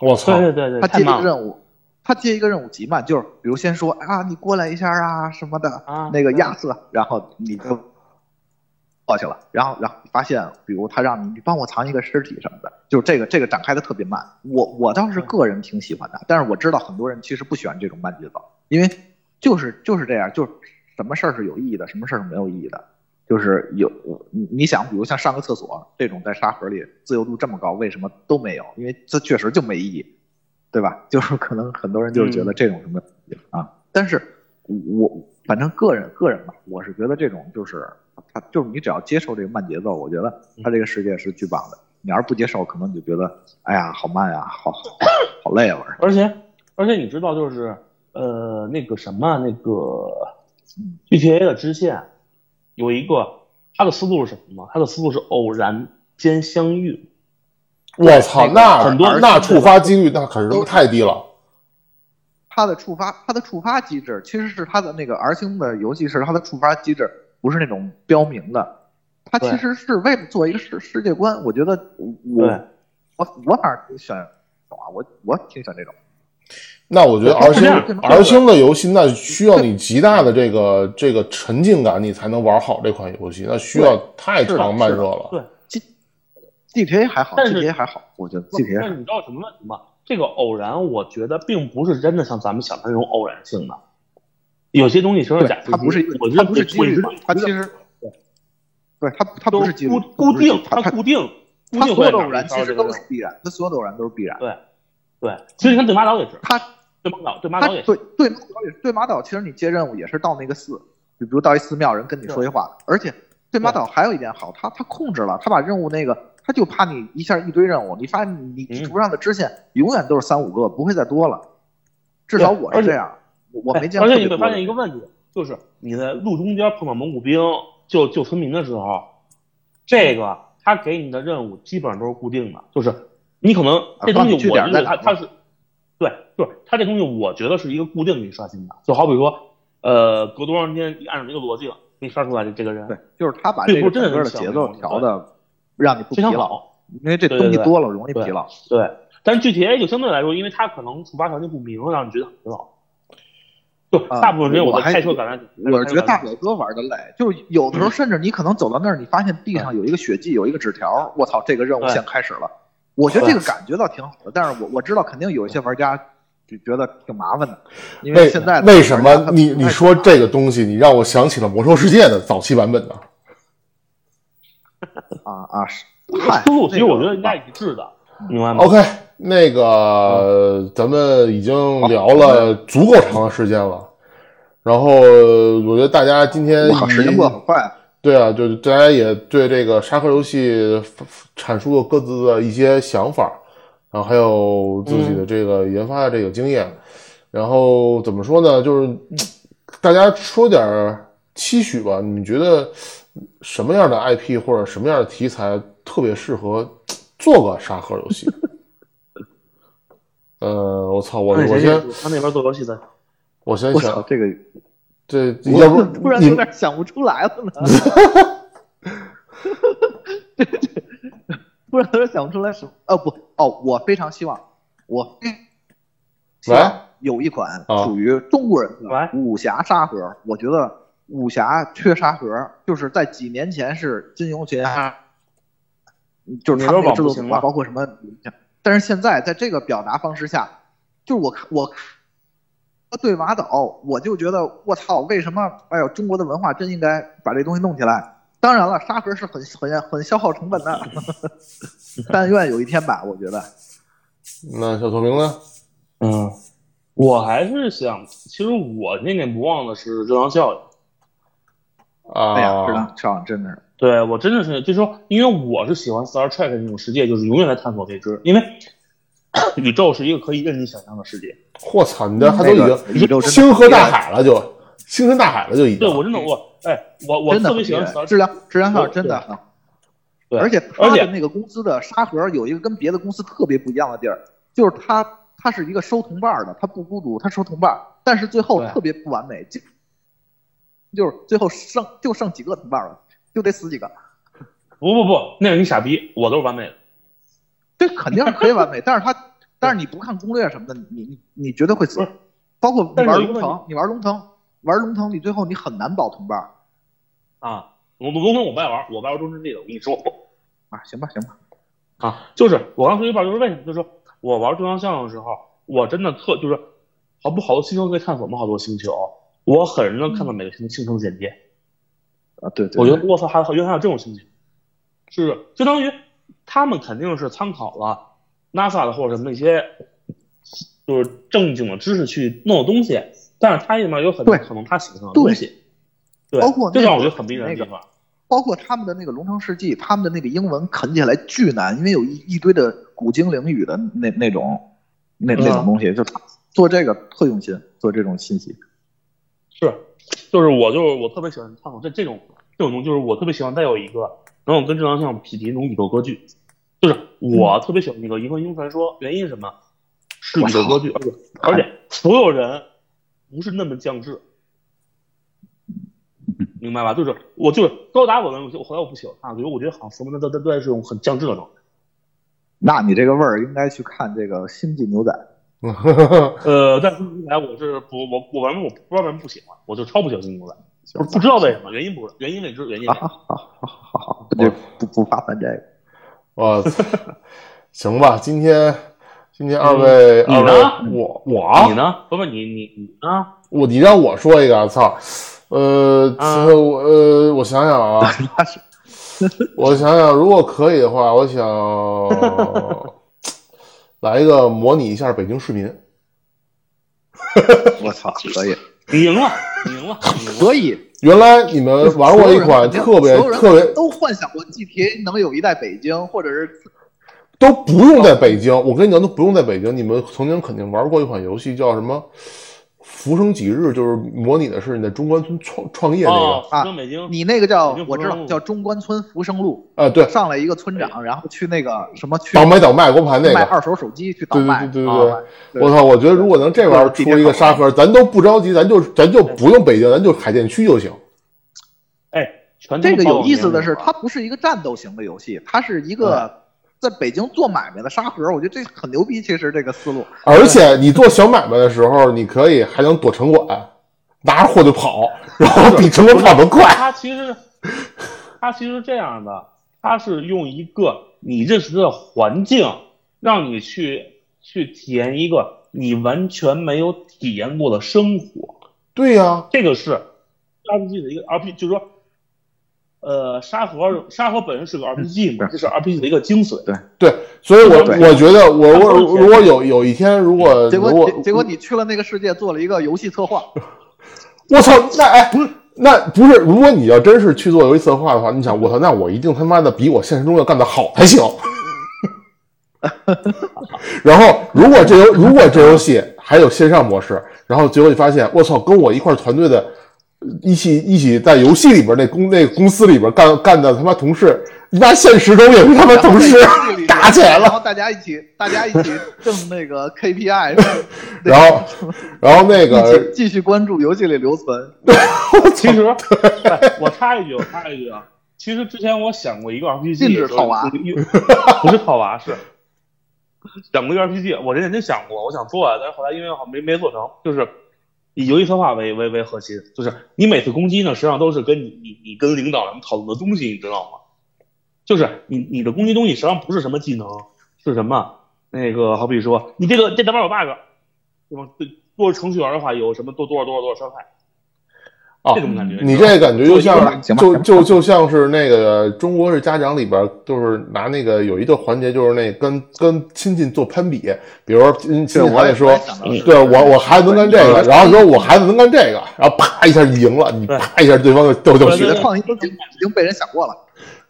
我
对
操！
对对对，
他
太
接一
慢
个
了
任务，他接一个任务极慢，就是比如先说啊，你过来一下啊什么的，
啊，
那个亚瑟，然后你就过去了，然后然后发现，比如他让你你帮我藏一个尸体什么的，就是这个这个展开的特别慢。我我倒是
嗯
个人挺喜欢的，但是我知道很多人其实不喜欢这种慢节奏，因为就是就是这样，就是什么事儿是有意义的，什么事儿是没有意义的。就是有你你想，比如像上个厕所这种在沙盒里自由度这么高，为什么都没有？因为这确实就没意义，对吧？ 就是可能很多人就是
嗯
觉得这种什么、啊，但是我反正个人个人吧，我是觉得这种就是他就是你只要接受这个慢节奏，我觉得他这个世界是巨棒的。你要是不接受，可能你就觉得哎呀好慢呀，好 好好累啊，玩儿
而且而且你知道，就是呃，那个什么，那个 GTA 的支线有一个，它的思路是什么吗？它的思路是偶然间相遇。
我操！那
很多人
那触发几率那可是他妈太低了。
它的触发，它的触发机制其实是它的那个 R 星的游戏是它的触发机制，不是那种标明的。它
对
其实是为了做一个世世界观，我觉得我
对
我我反正挺喜欢这种啊，我我挺喜欢这种。
那我觉得 R
是这
星
样
R 星的游戏，那需要你极大的这个这个沉浸感，你才能玩好这款游戏。那需要太
是的
长慢
是的
热了。
GTA 还好
但是
，GTA 还好，我觉得 GTA 还
但
好
是你知道什么问题吗？这个偶然，我觉得并不是真的像咱们想的那种偶然性的，有些东西其实是假
对，
的。
它不是一
我
个，
觉
它
得
不是几率
我
嘛
觉得，
它其实对它它
都
不是几率
固，固定，
它
它
它
固定，固
它
定
所
会
有的
哪
偶
一
然
条
其
这
实
个
都
任
是
务
必然，它所有的偶然都是必然。
对对，其实像对马岛也是，
它
对马岛对马
他
岛也是，
对对马岛也是对马岛，其实你接任务也是到那个寺，就比如到一寺庙，人跟你说一话，而且对马岛还有一点好，他他控制了，他把任务那个，他就怕你一下一堆任务，你发现你地
嗯
图上的支线永远都是三五个，不会再多了，至少我
而
是
且
这
哎
样，我哦我没见过
而
特
且你
别多
会
的。
发现一个问题，就是你在路中间碰到蒙古兵救救村民的时候，这个他给你的任务基本上都是固定的，就是你可能这东
啊帮你
西
据
我
点
觉得
在哪
它
儿
它是，对，就是它这东西我觉得是一个固定给你刷新的，就好比说，呃，隔多长时间按照这个逻辑给你刷出来的这个人，
对，就是他把
对
这
不
个
是真
整
的
个的
能想
节
那
奏
种
调的让你不疲
非常
劳，
好，
因为这
对
东西
对对
多了容易
对
疲劳。
对。但是 GTA 就相对来说，因为它可能触发条件不明，让你觉得很疲劳。就
啊
大部分时间
我
我在
还
开车感觉，
我是觉得大
感
表哥玩的累，就是有
嗯
的时候甚至你可能走到那儿，你发现地上有一个血迹，有一个纸条，我操，这个任务
对
现开始了。我觉得这个感觉倒挺好的，但是我我知道肯定有一些玩家就觉得挺麻烦的，因为
为
现在的
为什
玩家
么
他
你
不
你
太
说这个东西，你让我想起了《魔兽世界》的早期版本呢？
啊啊是嗨，
思路其
那
实
个
我觉得应该一致的，明
嗯
白吗？
OK，那个、咱们已经聊了
嗯
足够长的时间了，然后我觉得大家今天
我靠，时间过得很快啊，
对啊，就是大家也对这个沙盒游戏阐述了各自的一些想法，然后还有自己
嗯
的这个研发的这个经验，然后怎么说呢？就是嗯大家说点儿期许吧，你们觉得什么样的 IP 或者什么样的题材特别适合做个沙盒游戏？ 呃，我操，我
那
我
谁
先
他那边做游戏的，
我先
哎我操，
想，
这个
这
我
要不
突然
你
有点想不出来 了呢，突然有点想不出来什么，哦不哦，我非常希望我非希望有一款
啊
属于中国人的
喂
武侠沙盒。我觉得武侠缺沙盒，就是在几年前是金庸群侠，就是他们那个制作
你说网不行
文
吗
化，包括什么，但是现在在这个表达方式下，就是我看我看对马岛，我就觉得我操，为什么？哎呦，中国的文化真应该把这东西弄起来。当然了，沙盒是很很很消耗成本 的，但愿有一天吧，我觉得。
那小透明呢？
嗯，我还是想，其实我念念不忘的是热浪效应。
啊，
哎呀，知道，上真是
对我真的是，就是说，因为我是喜欢 Star Trek 那种世界，就是永远在探索未知，因为 宇宙是一个可以任你想象的世界。
我操，你这还都
嗯
已
那个宇宙真
经
的
星河大海了，就星辰大海了，就已经。
对我真的我，哎，我我
真的
特
很
别喜欢
厉害
Star
质
Trek，
量质量上真的好，
对
而且
而
他
且
的那个公司的沙盒有一个跟别的公司特别不一样的地儿，就是他他是一个收同伴儿的，他不孤独，他收同伴儿，但是最后
对
特别不完美，就就是最后剩就剩几个同伴儿了，就得死几个，
不不不，那个你傻逼，我都是完美的。
这肯定是可以完美，但 是他但是你不看攻略什么的，你你你你绝对会死
不是，
包括你
但是
玩
有一个
龙腾，你玩龙腾玩龙腾，你最后你很难保同伴儿
啊，我我我跟我爸玩，我爸玩中之地的，我跟你说
啊，行吧行吧，
啊，就是我刚说一半，就是为什么，就是说我玩中央项目的时候，我真的特就是，好不好多星球可以探索嘛，好多星球，我很认真地看到每个星星球的简介，
啊对对，
我觉得我操，还有原来还有这种情景，是不是就当于他们肯定是参考了 NASA 的或者什么那些就是正经的知识去弄的东西，但是它里面有很多
对
可能他想象的东西，对，
包括那
这
个
让我觉得很迷人的
那个
地方。
包括他们的那个《龙城世纪》，他们的那个英文啃起来巨难，因为有一一堆的古精灵语的那那种那那
嗯
种东西，就他做这个特用心，做这种信息。
是，就是我就是我特别喜欢探索这这种这种东西，就是我特别喜欢再有一个能有跟正常项目匹敌那种宇宙歌剧，就是我特别喜欢那个《银河英雄传说》，原因是什么？是宇宙歌剧，而且而且所有人不是那么降智，明白吧？就是我就是高达我们，我后来我不喜欢看了，因为我觉得好像说明他他他是种很降智的状态。
那你这个味儿应该去看这个《星际牛仔》，
呃，但是后来我是不我我反正我不知道为什么不喜欢，我就超不喜欢金牛仔，不不知道为什么，原因不是原因未知，原因未知。
好好，这不不发散这个。
我操， 行吧，今天今天二位，
嗯你
二
呢
位，我我
你呢？不不，你你你呢？
我你让我说一个，啊操，呃，
啊
这我呃，我想想啊，我想想，如果可以的话，我想 来一个模拟一下北京市民。
我 操，可以，
你赢了，你赢了，你赢了。
可以。
原来你们呃玩过一款特别
所有人
特别
都幻想过 GTA 能有一代北京，或者是
都不用在北京，我跟你讲都不用在北京，你们曾经肯定玩过一款游戏叫什么《浮生几日》，就是模拟的是你在中关村创创业那个。
哦，福州北京，
啊你那个叫
北京
我知
福生
道
路
叫中关村福生路，
啊，对，
上来一个村长，然后去那个什么去
倒卖倒卖光盘那
卖
个。
二手手机去倒
对
卖，
对对对
啊
对，我操！我觉得如果能这玩意儿出一个沙盒，咱都不着急，咱就咱就不用北京，咱就海淀区就行。
哎，全都
这个有意思的是，
报
它
道
不是一个战斗型的游戏，它是一
嗯
个在北京做买卖的沙盒。我觉得这很牛逼，其实这个思路。
而且你做小买卖的时候，你可以还能躲城管，拿着货就跑，然后比城管跑得
明白
快。
它其实，它其实是这样的，它是用一个你认识的环境，让你去去体验一个你完全没有体验过的生活。
对呀、
这个是 RPG 的一个 RPG，就是说，呃，沙盒沙盒本身是个 RPG 嘛，
嗯是
这是 RPG 的一个精髓。
对，所以我
对
我觉得我我
他不是
如果有有一天如果
结
如
果
果
结结果你去了那个世界，做了一个游戏策 划，
我操，那哎不是。那不是，如果你要真是去做游戏策划的话，你想，我操，那我一定他妈的比我现实中要干得好才行。然后，如果这游如果这游戏还有线上模式，然后结果你发现，我操，跟我一块儿团队的，一起一起在游戏里边那公那公司里边干干的他妈同事，你妈现实中也是他妈
然后
同
在
事
游戏里
打起来了
然。后大家一起大家一起挣那个 KPI，
然后，然后那
一
个
起继续关注游戏里留存。
其实，哎 我插一句，我插一句啊，其实之前我想过一个 RPG，
禁止套娃
就是一，不是套娃，是整个 RPG，我认真想过，我想做啊，但是后来因为好像没没做成，就是以游戏策划为为为核心，就是你每次攻击呢，实际上都是跟你你你跟领导咱们讨论的东西，你知道吗？就是你你的攻击东西实际上不是什么技能，是什么？那个好比说你这个这代码有 bug，对吗？对，做程序员的话有什么多多少多少多少伤害，
哦
这种感觉。
你
知道吗
这感觉就
行吧
像
行吧
就就就像是那个《中国式家长》里边，就是拿那个有一个环节，就是那跟跟亲戚做攀比，比如说亲亲戚
我
孩
也
子说
我也想到的是，
对我我孩子能干这个，
对
然后说我孩子能干这个，然后啪一下就赢了，你
对
啪一下对方就掉掉
你
对
血
对
的
对，
创意都已经已经被人想过了，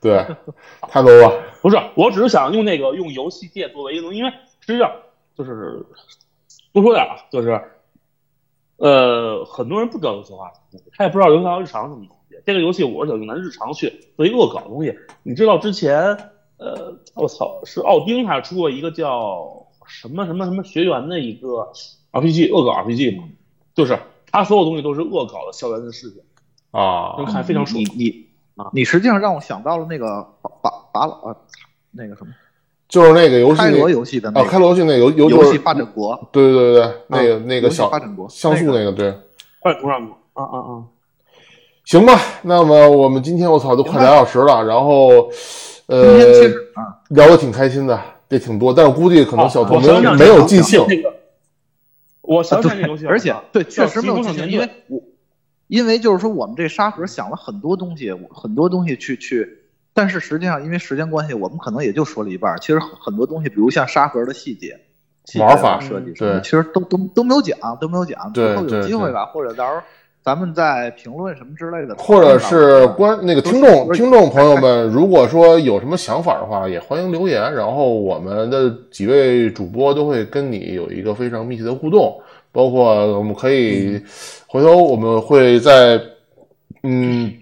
对，太 low 了，
不是，我只是想用那个用游戏界作为一个东西，因为实际上就是多说点啊，就是呃，很多人不知道游戏化是什么东西，他也不知道游戏化日常是什么东西。这个游戏我是想用咱日常去做一个恶搞的东西。你知道之前呃，我操，是奥丁还出过一个叫什么什么什么学员的一个 RPG 恶搞 RPG 吗？就是他所有东西都是恶搞的校园的事情，
啊
能看非常
嗯
舒
你
服。
你
啊
你实际上让我想到了那个把把把老呃那个什么
就是那个游戏
开罗游戏的那
啊，开
个
罗游戏那个游游
游戏发展国，
对对对对，那个那个
游戏
小
发展国
像素
那
那个对。
快多少米？啊啊啊！
行吧，那么我们今天我操都快
行吧
俩小时了，然后，
今
呃，
天其实啊，
聊的挺开心的，也挺多，但是估计可能小
我
童没
想
有
想
没
这
有
个
尽兴
那个，我想想这游戏，
而且对，确
叫
实没
极
有
光
进
闪
行，因
电
为
队
我因为就是说我们这沙盒想了很多东西，很多东西去去，但是实际上因为时间关系，我们可能也就说了一半儿。其实很多东西，比如像沙盒的细节。细节
玩法
设计什
对
么的，其实都都都没有讲，都没有讲。
对
以后有
对
机会
对
吧，或者到时候咱们再评论什么之类的，
或者是
关。
观那个
都
听
是
众
都是
听众朋友们，如果说有什么想法的话，也欢迎留言，然后我们的几位主播都会跟你有一个非常密切的互动，包括我们可以、
嗯
回头我们会在嗯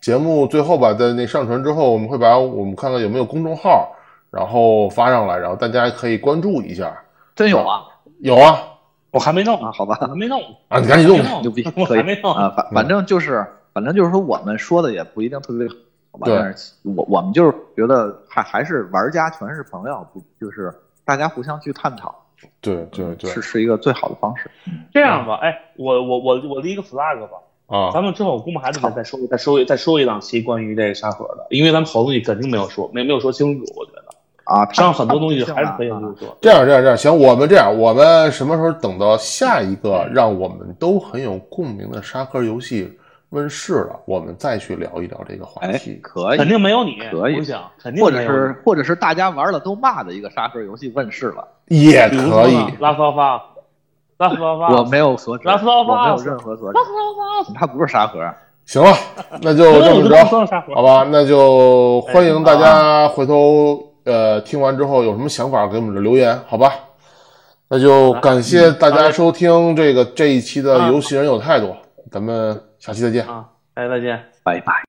节目最后吧，在那上传之后，我们会把我们看看有没有公众号，然后发上来，然后大家可以关注一下。
真有啊
有啊
我还没弄
啊，
呢，
好吧，
我还没弄呢，
啊，你赶紧用吧。
牛 逼，
我
可
还
以
没弄
嗯
啊，反反正就是，反正就是说我们说的也不一定特别好吧，
对
但是我我们就是觉得还还是玩家全是朋友，不就是大家互相去探讨，
对对对
是是一个最好的方式。
这样吧，哎，我我我我立一个 flag 吧，
啊
咱们之后我估摸还得再再说再说再说一档期关于这个沙盒的，因为咱们好多东西肯定没有说，没没有说清楚，我觉得，
啊，
实际上
上
很多东西还是可以
啊
就是说，
这样，这样，这样，行，我们这样，我们什么时候等到下一个让我们都很有共鸣的沙盒游戏问世了，我们再去聊一聊这个话
哎
题，。
可
肯
以，
定没有你，
可以
我想肯定
或
没
者
有你
是或者是大家玩了都骂的一个沙盒游戏问世了，
也
比如
可以
说呢拉夫发，拉夫发，
我没有所指，
啊 Last of
我没有
Us
任何所指，它不是沙盒，
行了，那就这么
说
着，
到沙盒，
好吧？那就欢迎大家回头呃听完之后有什么想法给我们留言，好吧？那就感谢大家收听啊这个这一期的《游戏人有态度》，咱们下期再见。
啊，哎，再见。
拜拜。